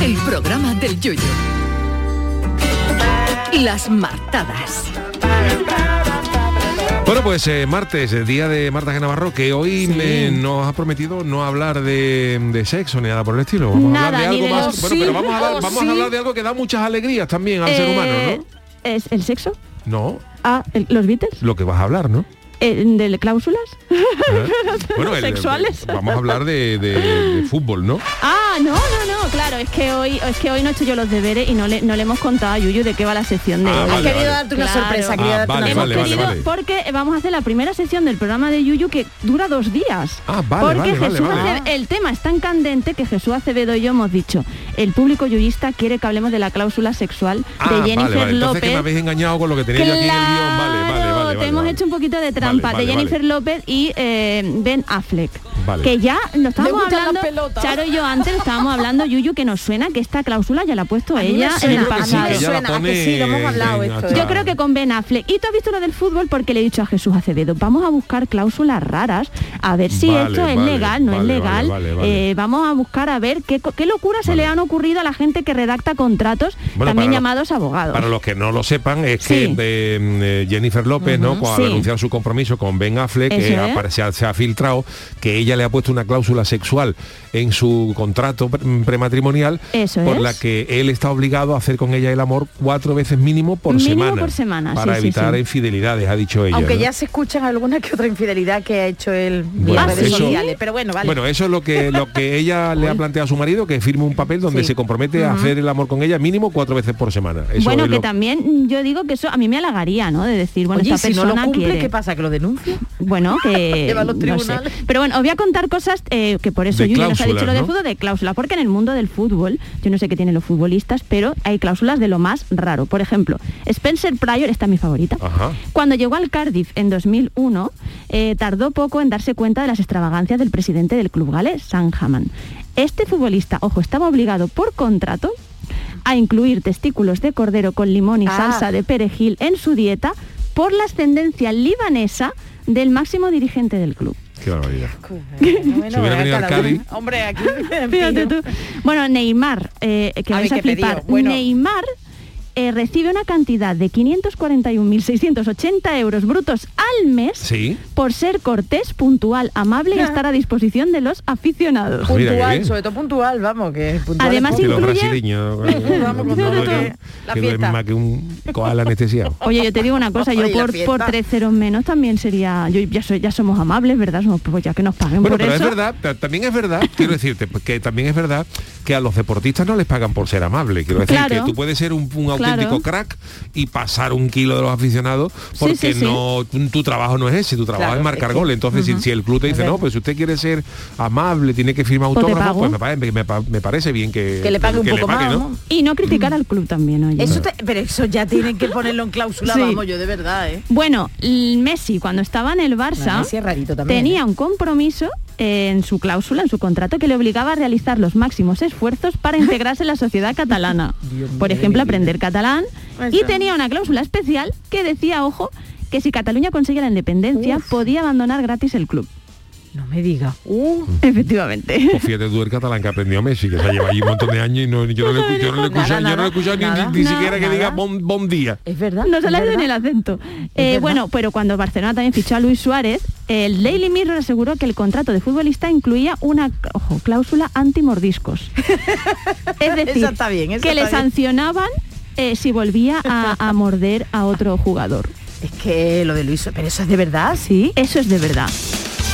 D: el programa del Yuyo. Las martadas.
A: Bueno, pues eh, martes, el día de Marta G. Navarro, que hoy me- nos ha prometido no hablar de, de sexo ni nada por el estilo. Vamos a
G: Nada,
A: hablar de
G: ni
A: algo
G: de
A: más.
G: los
A: Bueno,
G: sí,
A: pero vamos a, hablar-
G: los
A: vamos a
G: sí.
A: hablar de algo que da muchas alegrías también al ser humano,
G: Eh, ¿Es el sexo?
A: ¿no? No,
G: Ah, el- ¿los Beatles?
A: lo que vas a hablar, ¿no?
G: Eh, ¿De cláusulas?
A: ¿Eh? el-
G: ¿Sexuales?
A: vamos a hablar de, de- de fútbol, ¿no?
G: Ah, no, no, no, claro, es que hoy, es que hoy no he hecho yo los deberes y no le, no le hemos contado a Yuyu de qué va la sección de
A: Ah,
G: hoy.
A: vale, Has querido vale.
F: darte una sorpresa, quería
A: Ah, darte una vale, sorpresa. vale,
G: Hemos
A: vale,
G: querido- Porque eh, vamos a hacer la primera sección del programa de Yuyu que dura dos días.
A: Ah, vale,
G: porque
A: vale, vale,
G: Jesús
A: vale.
G: Acevedo- el tema es tan candente que Jesús Acevedo y yo hemos dicho, el público yuyista quiere que hablemos de la cláusula sexual
A: Ah,
G: de
A: vale,
G: Jennifer
A: vale. Entonces que
G: López.
A: me habéis engañado con lo que tenéis aquí en el guión. Vale, vale,
G: Claro,
A: vale.
G: te
A: vale,
G: hemos
A: vale.
G: hecho un poquito de trampa
A: Vale, vale,
G: de Jennifer López y eh, Ben Affleck.
A: Vale.
G: Que ya lo estábamos
J: gustan las
G: hablando,
J: pelotas.
G: Charo y yo antes lo estábamos hablando, Yuyu, que nos suena que esta cláusula ya la ha puesto
J: mí me
G: ella en
J: suena,
G: el
J: a mí me
G: pasado.
J: suena, ¿a que sí? Lo hemos hablado
A: en
J: esto, ¿eh?
A: hasta-
G: Yo creo que con Ben Affleck. Y tú has visto lo del fútbol porque le he dicho a Jesús Acevedo, vamos a buscar cláusulas raras, a ver si
K: Vale,
G: esto es
K: vale,
G: legal, no
K: vale,
G: es legal.
K: vale, vale, vale.
G: Eh, vamos a buscar a ver qué, co- qué locura se le han ocurrido a la gente que redacta contratos,
A: Bueno,
G: también
A: para lo-
G: llamados abogados.
A: Para los que no lo sepan, es que
G: Sí.
A: eh, eh, Jennifer López, ¿no?
G: Ujú.
A: Cuando
G: Sí.
A: ha anunciado su compromiso con Ben Affleck,
G: Eso
A: eh,
G: es.
A: apare- se, ha, se ha filtrado que ella le ha puesto una cláusula sexual en su contrato pre- mm, prematrimonial
G: Eso
A: por
G: es.
A: la que él está obligado a hacer con ella el amor cuatro veces mínimo por
G: Mínimo
A: semana.
G: por semana, sí,
A: Para
G: sí,
A: evitar
G: sí.
A: infidelidades, ha dicho ella.
J: Aunque
A: ¿no?
J: ya se escuchan alguna que otra infidelidad que ha hecho él vía
A: Bueno,
J: redes
A: eso-
J: sociales, pero bueno, vale.
A: Bueno, eso es lo que lo que ella le ha planteado a su marido, que firme un papel donde se compromete a
G: Ujú.
A: hacer el amor con ella mínimo cuatro veces por semana. Eso
G: bueno,
A: es
G: que
A: lo-
G: también yo digo que eso a mí me halagaría, ¿no? De decir, bueno,
J: Oye,
G: esta
J: y si no
G: persona
J: lo cumple,
G: quiere.
J: ¿qué pasa? ¿Que lo denuncia?
G: Bueno, que
J: Lleva a los
G: no sé.
J: tribunales.
G: Pero bueno, os voy a contar cosas eh, que por eso
J: De
G: Yuyu nos ha dicho
J: cláusulas,
G: lo del
J: ¿no?
G: fútbol de cláusula, porque en el mundo del fútbol, yo no sé qué tienen los futbolistas, pero hay cláusulas de lo más raro. Por ejemplo, Spencer Pryor, esta es mi favorita. Cuando llegó al Cardiff en 2001, eh, tardó poco en darse cuenta de las extravagancias del presidente del club galés, Sam Haman. Este futbolista, ojo, estaba obligado por contrato a incluir testículos de cordero con limón y
J: Ah.
G: salsa de perejil en su dieta por la ascendencia libanesa del máximo dirigente del club.
A: Qué barbaridad.
J: Bueno,
A: Si hubiera
J: eh,
A: venido al
J: cada uno-
A: Cádiz.
J: Hombre, aquí...
G: Fíjate tú. Bueno, Neymar, eh, que
J: A
G: vais
J: ver,
G: a
J: qué pedido.
G: flipar.
J: Bueno.
G: Neymar eh, recibe una cantidad de 541.680 euros brutos al mes
A: Sí.
G: por ser cortés, puntual, amable y estar a disposición de los aficionados.
A: Pues mira
J: Ah.
A: qué
J: Puntual,
A: bien.
J: sobre todo puntual, vamos, que puntual
G: Además,
J: es
A: Que los
G: incluye-
A: brasileños eh,
J: Vamos
A: no,
J: con todo,
A: no, que,
J: la
A: que duermen
J: fiesta.
A: más que un koala anestesiado.
G: Oye, yo te digo una cosa, yo
J: Ay, la
G: por,
J: fiesta.
G: por tres ceros menos también sería, yo ya, soy- ya somos amables, ¿verdad? Somos- pues ya que nos paguen
A: Bueno,
G: por
A: pero
G: eso.
A: es verdad, ta- también es verdad, quiero decirte, pues, que también es verdad que a los deportistas no les pagan por ser amables. Quiero decir
G: Claro.
A: que tú puedes ser un, un
G: Claro.
A: auténtico crack y pasar un kilo de los aficionados
G: Sí,
A: porque
G: sí, sí.
A: no tu- tu trabajo no es ese, tu trabajo
G: Claro,
A: es marcar
G: es que-
A: gol. Entonces, si, si el club te dice, no, pues si usted quiere ser amable, tiene que firmar
G: Pues te
A: autógrafo,
G: pago.
A: pues me, pa- me- me pa- me parece bien que, pague, ¿no? Mm.
G: Y no criticar al club también, oye.
J: Eso te- pero eso ya tienen que ponerlo en cláusula,
G: Sí.
J: vamos, yo de verdad, ¿eh?
G: Bueno, l- Messi cuando estaba en el Barça
J: Bueno, Messi es rarito también,
G: tenía un compromiso eh, en su cláusula, en su contrato, que le obligaba a realizar los máximos esfuerzos para integrarse en la sociedad catalana. Por ejemplo, aprender catalán.
J: Ahí
G: Y
J: está.
G: tenía una cláusula especial que decía, ojo, que si Cataluña conseguía la independencia, podía abandonar gratis el club.
J: No me diga. Uh, efectivamente.
A: Pues fíjate tú el catalán que aprendió Messi, que se lleva allí un montón de años y no, yo, no le, yo no le he escuchado- yo no le he escuchado ni, ni- ni
G: nada,
A: siquiera que
G: nada. Eh,
A: diga bon, bon día.
J: Es verdad.
G: No se le ha ido en el acento. Eh, bueno, pero cuando Barcelona también fichó a Luis Suárez, el Daily Mirror aseguró que el contrato de futbolista incluía una ojo, cláusula antimordiscos. Es decir,
J: Esa está bien, esa
G: que le
J: está bien.
G: sancionaban eh, si volvía a, a morder a otro jugador.
J: Es que lo de Luis, pero eso es de verdad, sí.
G: Eso es de verdad.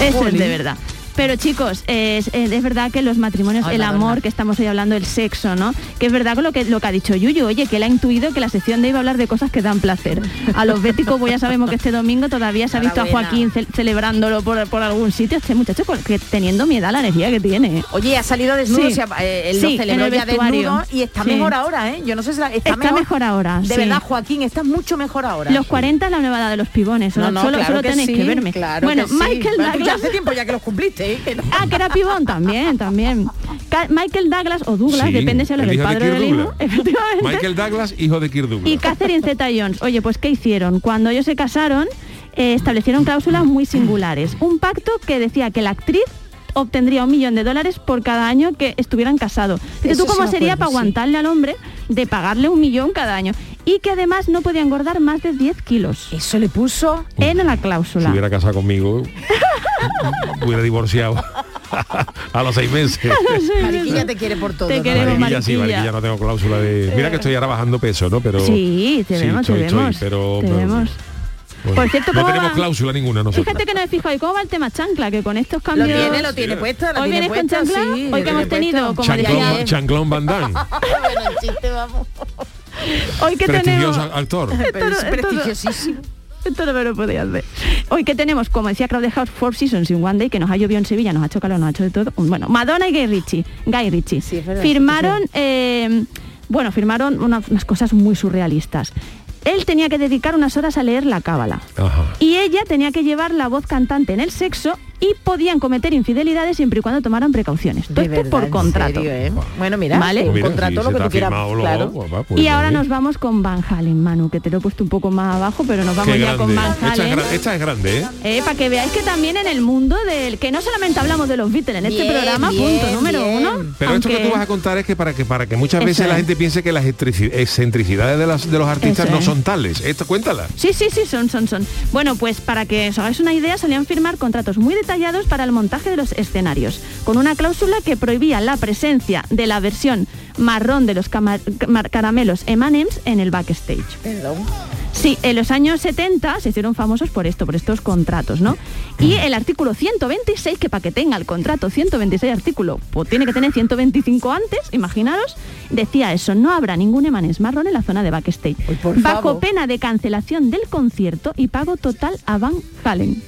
G: Eso
J: Jolín.
G: es de verdad. Pero chicos, es, es- es verdad que los matrimonios,
J: Ay,
G: el
J: Madonna.
G: amor que estamos hoy hablando, el sexo, ¿no? Que es verdad que lo que lo que ha dicho Yuyu, oye, que él ha intuido que la sección de hoy va a hablar de cosas que dan placer. A los béticos pues ya sabemos que este domingo todavía se ha visto a
J: Enhorabuena.
G: Joaquín ce- celebrándolo por, por algún sitio, este muchacho con- que teniendo mi edad la energía que tiene.
J: Oye, ha salido desnudo,
G: Sí.
J: o sea, eh, él lo
G: Sí,
J: celebró
G: en el
J: ya desnudo
G: vestuario.
J: y está
G: Sí.
J: mejor ahora, ¿eh? Yo no sé si la- está,
G: Está mejor ahora,
J: De
G: sí.
J: verdad, Joaquín, está mucho mejor ahora.
G: Los 40 es la nueva edad de los pibones,
J: No,
G: ¿no?
J: no,
G: solo,
J: claro
G: solo
J: que
G: tenéis
J: sí,
G: que verme.
J: claro
G: bueno,
J: que sí.
G: Michael
J: Bueno, tú ya
G: Douglas.
J: hace tiempo ya que los cumpliste, ¿eh? Que no-
G: Ah, que era pibón también, también. Ca- Michael Douglas o Douglas,
A: Sí,
G: depende si hablas
A: el
G: del
A: hijo de
G: padre o
A: Kirk
G: del hijo,
A: Douglas.
G: efectivamente.
A: Michael Douglas, hijo de Kirk Douglas.
G: Y Catherine Zeta Jones, oye, pues ¿qué hicieron? Cuando ellos se casaron, eh, establecieron cláusulas muy singulares. Un pacto que decía que la actriz obtendría un millón de dólares por cada año que estuvieran casados. Dice,
J: Eso
G: ¿tú
J: sí
G: cómo
J: me
G: sería para
J: acuerdo, sí.
G: aguantarle al hombre de pagarle un millón cada año? Y que además no podía engordar más de 10 kilos.
J: Eso le puso
G: en la
A: Si
G: cláusula.
A: hubiera casado conmigo, hubiera divorciado a los seis meses.
J: Mariquilla te quiere por todo.
G: Te
J: ¿no?
G: queremos,
A: Mariquilla, sí,
G: Mariquilla.
A: Mariquilla, no tengo cláusula de... Mira que estoy ahora bajando peso, ¿no? Pero...
G: Sí, te
A: sí,
G: vemos, te
A: estoy- estoy,
G: vemos.
A: pero-
G: te
A: pero-
G: vemos.
A: bueno,
G: Por cierto,
A: no
G: ¿cómo
A: tenemos
G: va?
A: cláusula ninguna nosotros.
G: Fíjate que nos he fijado, ¿y cómo va el tema chancla? Que con estos cambios...
J: tiene, lo tiene puesta, la
G: Hoy
J: tiene
G: vienes con
J: puesta,
G: chancla,
J: sí, la
G: hoy que
J: tiene
G: hemos tenido, como decía
A: Chanclón,
G: él,
A: Chanclón Van Damme,
J: Bueno, el chiste, vamos.
G: hoy que tenemos...
A: prestigioso actor.
J: Pero es
G: esto no-
J: prestigiosísimo.
G: Esto no me lo podía hacer. Hoy que tenemos, como decía Crowded House, Four Seasons in One Day, que nos ha llovido en Sevilla, nos ha hecho calor, nos ha hecho de todo. Bueno, Madonna y Guy Ritchie. Guy Ritchie.
J: verdad,
G: firmaron, eh, bueno, firmaron una- unas cosas muy surrealistas. Él tenía que dedicar unas horas a leer la cábala.
A: Ajá.
G: Y ella tenía que llevar la voz cantante en el sexo y podían cometer infidelidades siempre y cuando tomaran precauciones. Todo
J: De
G: esto
J: verdad,
G: por
J: en
G: contrato.
J: serio, ¿eh? Bueno, mira,
G: Vale.
J: un
A: Mira, si
J: contrato
A: se
J: lo
A: te
J: que
A: ha
J: tú quieras.
A: firmado lo-
J: claro.
A: guau, guau, pues
G: y ahora
A: muy
G: nos vamos con Van Halen, Manu, que te lo he puesto un poco más abajo, pero nos vamos
A: Qué
G: ya con
A: grande.
G: Van
A: Esta es
G: Halen.
A: gra- esta es grande, ¿eh?
G: para que veáis que también en el mundo del que no solamente hablamos de los Beatles en este
J: Bien,
G: programa,
J: bien,
G: punto número
J: bien.
G: uno.
A: Pero esto que
G: aunque-
A: tú vas a contar es que para que para que muchas
G: Eso
A: veces la
G: es.
A: gente piense que las extrici- excentricidades de, las, de los artistas
G: Eso
A: no
G: es.
A: son tales. Esto cuéntala.
G: Sí, sí, sí, son, son, son. Bueno, pues para que os hagáis una idea, solían firmar contratos muy detallados para el montaje de los escenarios, con una cláusula que prohibía la presencia de la versión marrón de los camar- camar- caramelos M&M's en el backstage.
J: Perdón.
G: Sí, en los años 70 se hicieron famosos por esto, por estos contratos, ¿no? Y el artículo 126, que para que tenga el contrato 126 artículo, pues tiene que tener 125 antes, imaginaros, decía eso, no habrá ningún emanés marrón en la zona de backstage.
J: por
G: bajo
J: favor.
G: pena de cancelación del concierto y pago total a Van Halen.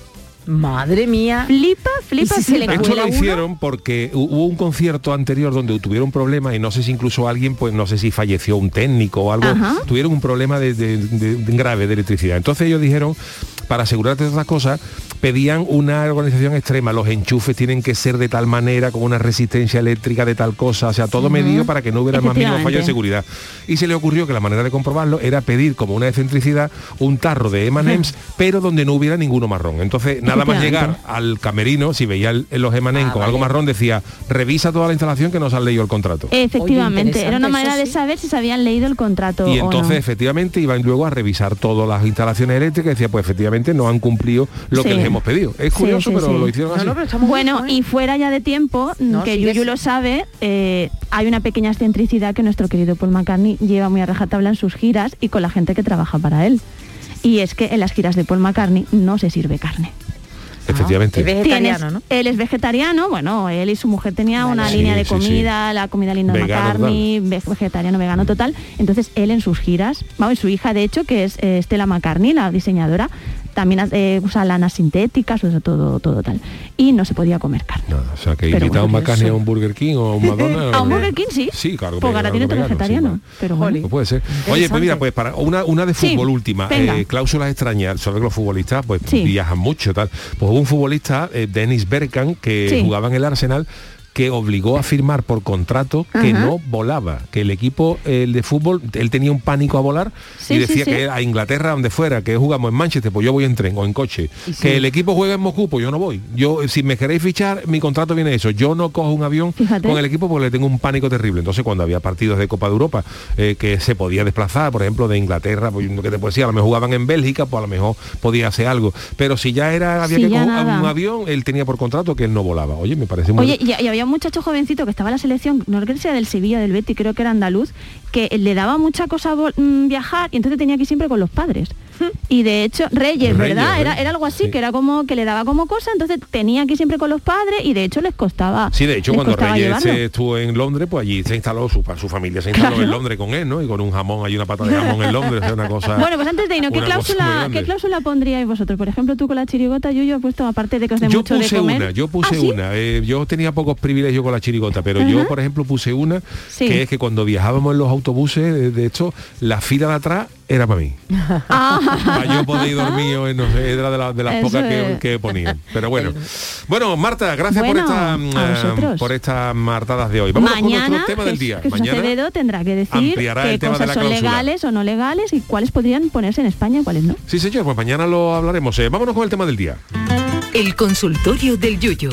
J: Madre mía.
G: Flipa, flipa,
J: si se le
G: flipa.
A: Esto lo hicieron porque hu- hubo un concierto anterior donde tuvieron problemas y no sé si incluso alguien, pues no sé si falleció un técnico o algo,
G: Ajá.
A: tuvieron un problema de, de- de- de grave de electricidad. Entonces ellos dijeron, para asegurarte de estas cosas, pedían una organización extrema, los enchufes tienen que ser de tal manera, con una resistencia eléctrica de tal cosa, o sea, todo medido para que no hubiera el más mínimo fallo de
G: Efectivamente.
A: seguridad. Y se le ocurrió que la manera de comprobarlo era pedir como una excentricidad un tarro de M&M's, pero donde no hubiera ninguno marrón. Entonces, nada más
G: Efectivamente.
A: llegar al camerino, si veía el- los emanenco
J: Ah,
A: algo
J: vale.
A: marrón, decía, revisa toda la instalación que nos han leído el contrato.
G: Eh, Efectivamente,
J: Oye,
G: era una
J: interesante,
G: manera
J: eso
G: de
J: sí.
G: saber si se habían leído el contrato
A: y
G: o
A: entonces
G: no.
A: efectivamente iban luego a revisar todas las instalaciones eléctricas y decía, pues efectivamente no han cumplido lo que
G: Sí.
A: les hemos pedido. Es
G: Sí,
A: curioso,
G: sí,
A: pero
G: sí.
A: lo hicieron así.
G: Bueno, y fuera ya de tiempo, mm,
J: No,
G: que
J: sigue,
G: Yuyu
J: sí.
G: lo sabe, eh, hay una pequeña excentricidad que nuestro querido Paul McCartney lleva muy a rajatabla en sus giras y con la gente que trabaja para él. Y es que en las giras de Paul McCartney no se sirve carne.
A: efectivamente.
J: Es vegetariano,
G: Tienes-
J: ¿no?
G: Él es vegetariano, bueno, él y su mujer tenían
J: Vale.
G: una
J: Sí,
G: línea de
A: sí, sí.
G: comida, la comida linda de
A: Vegano,
G: McCartney, ve- vegetariano, vegano, total. Entonces él en sus giras, vamos, y su hija de hecho, que es eh, Stella McCartney, la diseñadora, también eh, usa lanas sintéticas, usa todo, todo tal. Y no se podía comer carne.
A: Nada, o sea, que
G: Pero
A: invitar a un
G: bueno,
A: McCartney
G: eso.
A: a un Burger King o a un Madonna.
G: A un Burger King sí.
A: Sí, claro. que
G: Porque ahora
A: algo
G: tiene otro
A: vegano, sí,
G: vegetariano.
A: claro.
G: Pero bueno.
A: No puede ser. Oye, pues mira, pues para una, una de
G: Sí,
A: fútbol última,
G: venga.
A: eh, cláusulas extrañas, sobre que los futbolistas pues
G: Sí.
A: viajan mucho, tal. Pues hubo un futbolista, eh, Dennis Berkan, que
G: Sí.
A: jugaba en el Arsenal, que obligó a firmar por contrato que
G: Ajá.
A: no volaba, que el equipo el de fútbol, él tenía un pánico a volar
G: Sí,
A: y
G: sí,
A: decía
G: sí.
A: que a Inglaterra, donde fuera, que jugamos en Manchester, pues yo voy en tren o en coche,
G: Y sí.
A: que el equipo juega en Moscú, pues yo no voy. Yo, eh, si me queréis fichar, mi contrato viene eso. Yo no cojo un avión
G: Fíjate.
A: con el equipo porque le tengo un pánico terrible. Entonces, cuando había partidos de Copa de Europa eh, que se podía desplazar, por ejemplo, de Inglaterra, pues lo que te puedo decir, a lo mejor jugaban en Bélgica, pues a lo mejor podía hacer algo. Pero si ya era, había
G: Si
A: que
G: ya
A: coger un
G: nada.
A: avión, él tenía por contrato que él no volaba. Oye, me parece muy
G: Oye, y, y había un muchacho jovencito que estaba en la selección, no creo que sea del Sevilla, del Betis, creo que era andaluz, que le daba mucha cosa vol- mm, viajar y entonces tenía que ir siempre con los padres. Y de hecho,
K: Reyes,
G: Reyes, ¿verdad? Era,
K: Reyes.
G: era algo así, que era como que le daba como cosa, entonces tenía que ir siempre con los padres y de hecho les costaba.
A: Sí, de hecho,
G: les
A: cuando
G: costaba
A: Reyes
G: llevarlo.
A: eh, estuvo en Londres, pues allí se instaló, su, pa- su familia se instaló en Londres con él, ¿no? Y con un jamón, hay una pata de jamón en Londres, es una cosa...
G: Bueno, pues antes de irnos, ¿qué
A: una cosa muy
G: cláusula,
A: grande.
G: ¿qué cláusula pondríais vosotros? Por ejemplo, tú con la chirigota, yo, yo he puesto, aparte de que os dé
A: yo
G: mucho
A: puse
G: de comer.
A: una, yo puse
G: ¿Ah, sí?
A: una. Eh, yo tenía pocos privilegios con la chirigota, pero yo,
G: Ajá.
A: por ejemplo, puse una
G: Sí.
A: que es que cuando viajábamos en los autobuses, eh, de hecho, la fila de atrás era para mí. Para yo poder ir dormido, eh, no sé, era de, la- de las
G: Eso
A: pocas que,
G: es.
A: que ponía. Pero bueno. Bueno, Marta, gracias
G: Bueno, a
A: por estas
G: vosotros.
A: por estas martadas de hoy. Vamos con
G: Mañana,
A: nuestro tema del
G: Jes-
A: día.
G: Jesús Acevedo tendrá que decir
A: ampliará el
G: qué
A: tema de
G: cosas
A: la
G: son
A: cláusula.
G: legales o no legales y cuáles podrían ponerse en España y cuáles no.
A: Sí, señor, pues mañana lo hablaremos. Eh, vámonos con el tema del día.
D: El consultorio del Yuyo.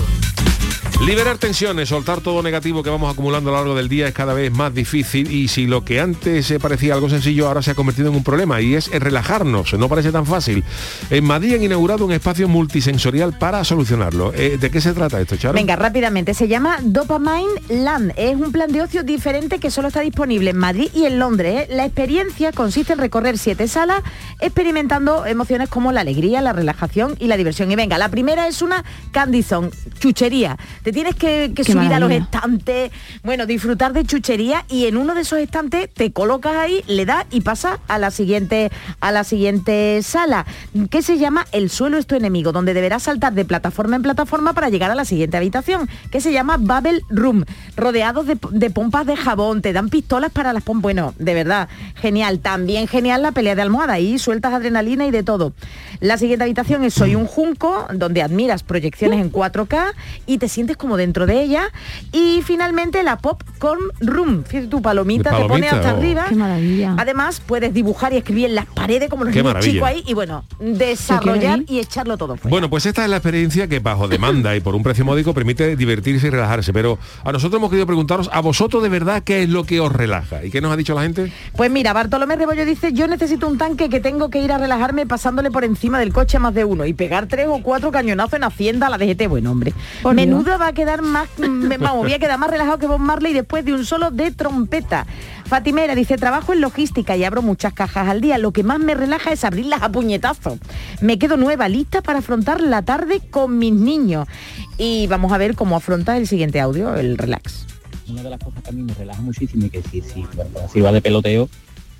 A: Liberar tensiones, soltar todo negativo que vamos acumulando a lo largo del día es cada vez más difícil y si lo que antes se parecía algo sencillo ahora se ha convertido en un problema y es el relajarnos, no parece tan fácil. En Madrid han inaugurado un espacio multisensorial para solucionarlo. Eh, ¿De qué se trata esto, Charo?
F: Venga, rápidamente. Se llama Dopamine Land. Es un plan de ocio diferente que solo está disponible en Madrid y en Londres. ¿eh? La experiencia consiste en recorrer siete salas experimentando emociones como la alegría, la relajación y la diversión. Y venga, la primera es una candy zone, chuchería. Te tienes que, que
G: Qué
F: subir a los
G: maravilla.
F: estantes, bueno, disfrutar de chuchería y en uno de esos estantes te colocas ahí, le das y pasas a la siguiente, a la siguiente sala, que se llama El suelo es tu enemigo, donde deberás saltar de plataforma en plataforma para llegar a la siguiente habitación, que se llama Babel Room, rodeados de, de eh, pompas de jabón, te dan pistolas para las pompas, bueno, de verdad, genial, también genial la pelea de almohada, ahí sueltas adrenalina y de todo. La siguiente habitación es Soy un junco, donde admiras proyecciones en 4K y te sientes como dentro de ella. Y finalmente la Popcorn Room, fíjate tu palomita, te pone
G: Palomita,
F: hasta
G: oh.
F: arriba.
G: Qué maravilla.
F: Además puedes dibujar y escribir en las paredes como los
A: Qué
F: niños
A: maravilla.
F: chicos ahí y bueno, desarrollar y echarlo todo. fuera.
A: Bueno, pues esta es la experiencia que bajo demanda y por un precio módico permite divertirse y relajarse. Pero a nosotros hemos querido preguntaros, ¿a vosotros de verdad qué es lo que os relaja? ¿Y qué nos ha dicho la gente?
F: Pues mira, Bartolomé Rebollo dice, yo necesito un tanque que tengo que ir a relajarme pasándole por encima del coche a más de uno y pegar tres o cuatro cañonazos en Hacienda a la DGT. Bueno, hombre. Menudo va a quedar más, me- vamos, voy a quedar más relajado que Bob Marley después de un solo de trompeta. Fatimera dice, trabajo en logística y abro muchas cajas al día. Lo que más me relaja es abrirlas a puñetazos. Me quedo nueva, lista para afrontar la tarde con mis niños. Y vamos a ver cómo afronta el siguiente audio, el relax.
L: Una de las cosas que a mí me relaja muchísimo y que sí, sí, si va de peloteo,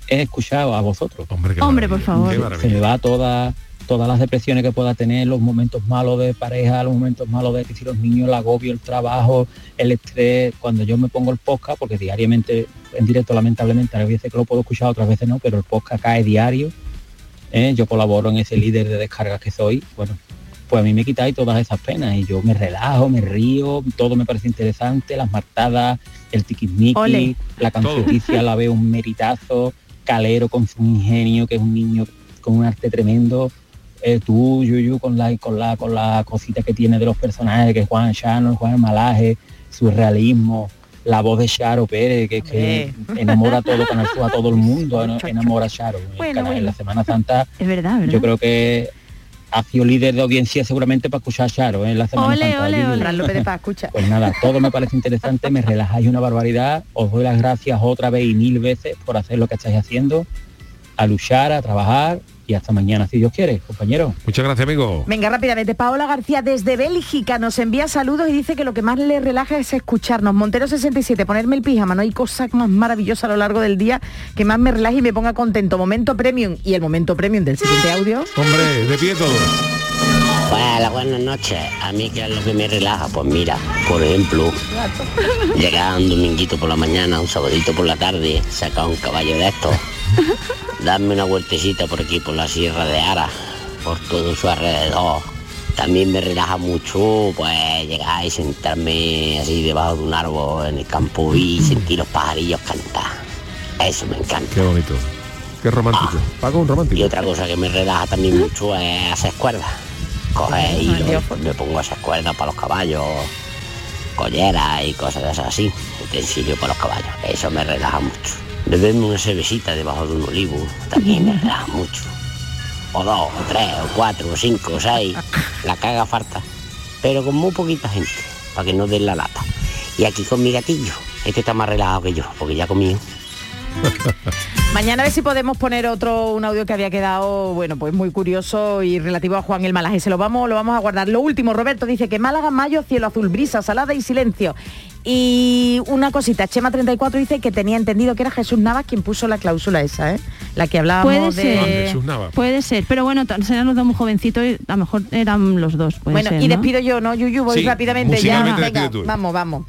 L: es escuchar a vosotros.
A: Hombre,
G: qué Hombre, por maravilla, favor. qué maravilla.
L: Se me va toda, todas las depresiones que pueda tener, los momentos malos de pareja, los momentos malos de que si los niños, el agobio, el trabajo, el estrés. Cuando yo me pongo el podcast, porque diariamente, en directo lamentablemente, a veces que lo puedo escuchar, otras veces no, pero el podcast cae diario. ¿eh? Yo colaboro en ese líder de descargas que soy. Bueno, pues a mí me quitáis todas esas penas y yo me relajo, me río, todo me parece interesante, las martadas, el
F: Ole.
L: tiquismiqui, la canceticia la veo un meritazo, Calero con su ingenio, que es un niño con un arte tremendo, eh, tú, Yuyu, con la, con, la, con la cosita que tiene de los personajes, que es Juan Chano, Juan Malaje, su realismo, la voz de Charo Pérez, que, es que enamora a todo Canal Sur, a todo el mundo, ¿no? enamora a Charo. En el
G: Bueno,
L: canal, En
G: bueno.
L: la Semana Santa
G: Es verdad, ¿verdad?
L: yo creo que ha sido líder de audiencia seguramente para escuchar a Charo ¿eh? en la semana
G: Ole,
L: Santa.
G: ole,
L: Yuyu.
G: ole.
L: Pues nada, todo me parece interesante, me relajáis una barbaridad, os doy las gracias otra vez y mil veces por hacer lo que estáis haciendo, a luchar, a trabajar y hasta mañana, si Dios quiere, compañero.
A: Muchas gracias, amigo.
F: Venga, rápidamente. Paola García desde Bélgica nos envía saludos y dice que lo que más le relaja es escucharnos. Montero 67, ponerme el pijama. No hay cosa más maravillosa a lo largo del día que más me relaje y me ponga contento. Momento premium y el momento premium del siguiente audio.
A: Hombre, de pie todo.
M: Hola, buenas noches. A mí qué es lo que me relaja, pues mira, por ejemplo, llegar un dominguito por la mañana, un sabadito por la tarde, sacar un caballo de estos, darme una vueltecita por aquí, por la sierra de Ara, por todo su alrededor, También me relaja mucho pues llegar y sentarme así debajo de un árbol en el campo y sentir los pajarillos cantar. Eso me encanta. Ah.
A: Qué bonito. Qué romántico. Paco un romántico.
M: Y otra cosa que me relaja también mucho es hacer cuerdas. Coger
A: Ah,
M: hilo,
A: Dios.
M: me pongo a hacer cuerdas para los caballos, colleras y cosas de esas así, utensilios para los caballos. Eso me relaja mucho. Beberme una cervecita debajo de un olivo también me relaja mucho. O dos, o tres, o cuatro, o cinco, o seis, la caga falta. Pero con muy poquita gente, para que no den la lata. Y aquí con mi gatillo, este está más relajado que yo, porque ya comió.
F: Mañana a ver si podemos poner otro, un audio que había quedado, bueno, pues muy curioso y relativo a Juan el Malaje. Se lo vamos, lo vamos a guardar. Lo último, Roberto dice que Málaga, mayo, cielo azul, brisa, salada y silencio. Y una cosita, Chema 34 dice que tenía entendido que era Jesús Navas quien puso la cláusula esa, ¿eh? La que
G: Puede
F: hablábamos de...
G: ser, puede ser, pero bueno, t- serán los dos muy jovencitos y a lo mejor eran los dos. puede
F: Bueno,
G: ser,
F: y
G: ¿no?
F: despido yo, ¿no? Yuyu, voy
G: Sí,
F: rápidamente ya.
G: musicalmente
F: Venga,
G: despide tú.
F: vamos, vamos.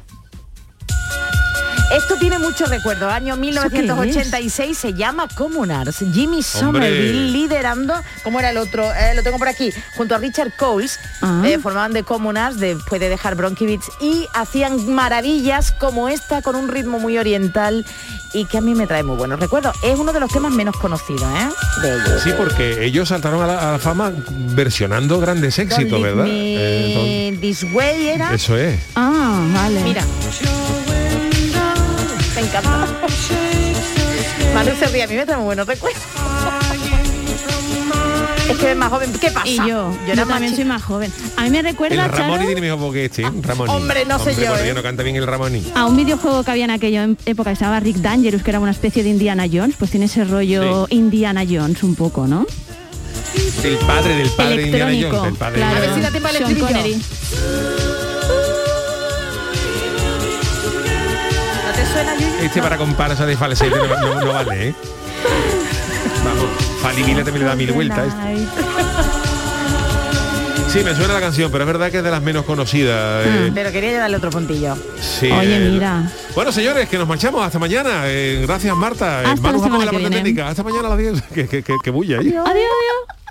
F: Esto tiene muchos recuerdos. Año
G: qué
F: 1986 se llama Communards. Jimmy Somerville liderando, ¿cómo era el otro? Eh, lo tengo por aquí, junto a Richard Coles, eh, formaban de Communards después de dejar Bronchi Beats y hacían maravillas como esta con un ritmo muy oriental y que a mí me trae muy buenos recuerdos. Es uno de los temas menos conocidos, ¿eh? De ellos.
A: Sí, porque ellos saltaron a la, a la fama versionando grandes éxitos,
F: Don't leave
A: ¿verdad?
F: me
A: Eh,
F: this way era.
A: don- eso es.
G: Ah, vale.
F: Mira. Me encanta. Manu se ríe, a mí me trae muy buenos recuerdos. Es que es más joven. ¿Qué pasa?
G: Y yo, yo,
F: era más
G: también soy
F: chica.
G: más joven. A mí me
A: El
G: recuerda, Charo, Ah,
A: Ramón y tiene mejor voz que este, ¿eh? Ramón.
G: hombre, no sé yo,
A: Bueno,
G: ¿eh?
A: ya no canta bien el Ramón.
G: a un videojuego que había en aquella em- época que se llamaba Rick Dangerous, que era una especie de Indiana Jones, pues tiene ese rollo Indiana Jones un poco, ¿no?
A: El padre del padre de Indiana
G: Electrónico,
A: Jones. El padre
G: claro.
A: de
G: A ver si
A: Indiana
G: la
A: Jones.
G: tempa- Sean Connery.
F: ¿No te suena, Yuyu?
A: Este para comparsa de falsete no, no- no vale, ¿eh? Vamos, Falivila también le da mil vueltas. este. Sí, me suena la canción, pero es verdad que es de las menos conocidas. eh,
G: Ah.
F: Pero quería yo darle otro puntillo.
A: sí, eh, Bueno, señores, que nos marchamos. Hasta mañana. Eh, gracias, Marta. Eh,
F: Hasta la
A: Manu Japón
F: semana
A: en la
F: que
A: parte
F: viene.
A: técnica. Hasta mañana a las 10. que, que, que- que bulla ahí.
G: Adiós, adiós.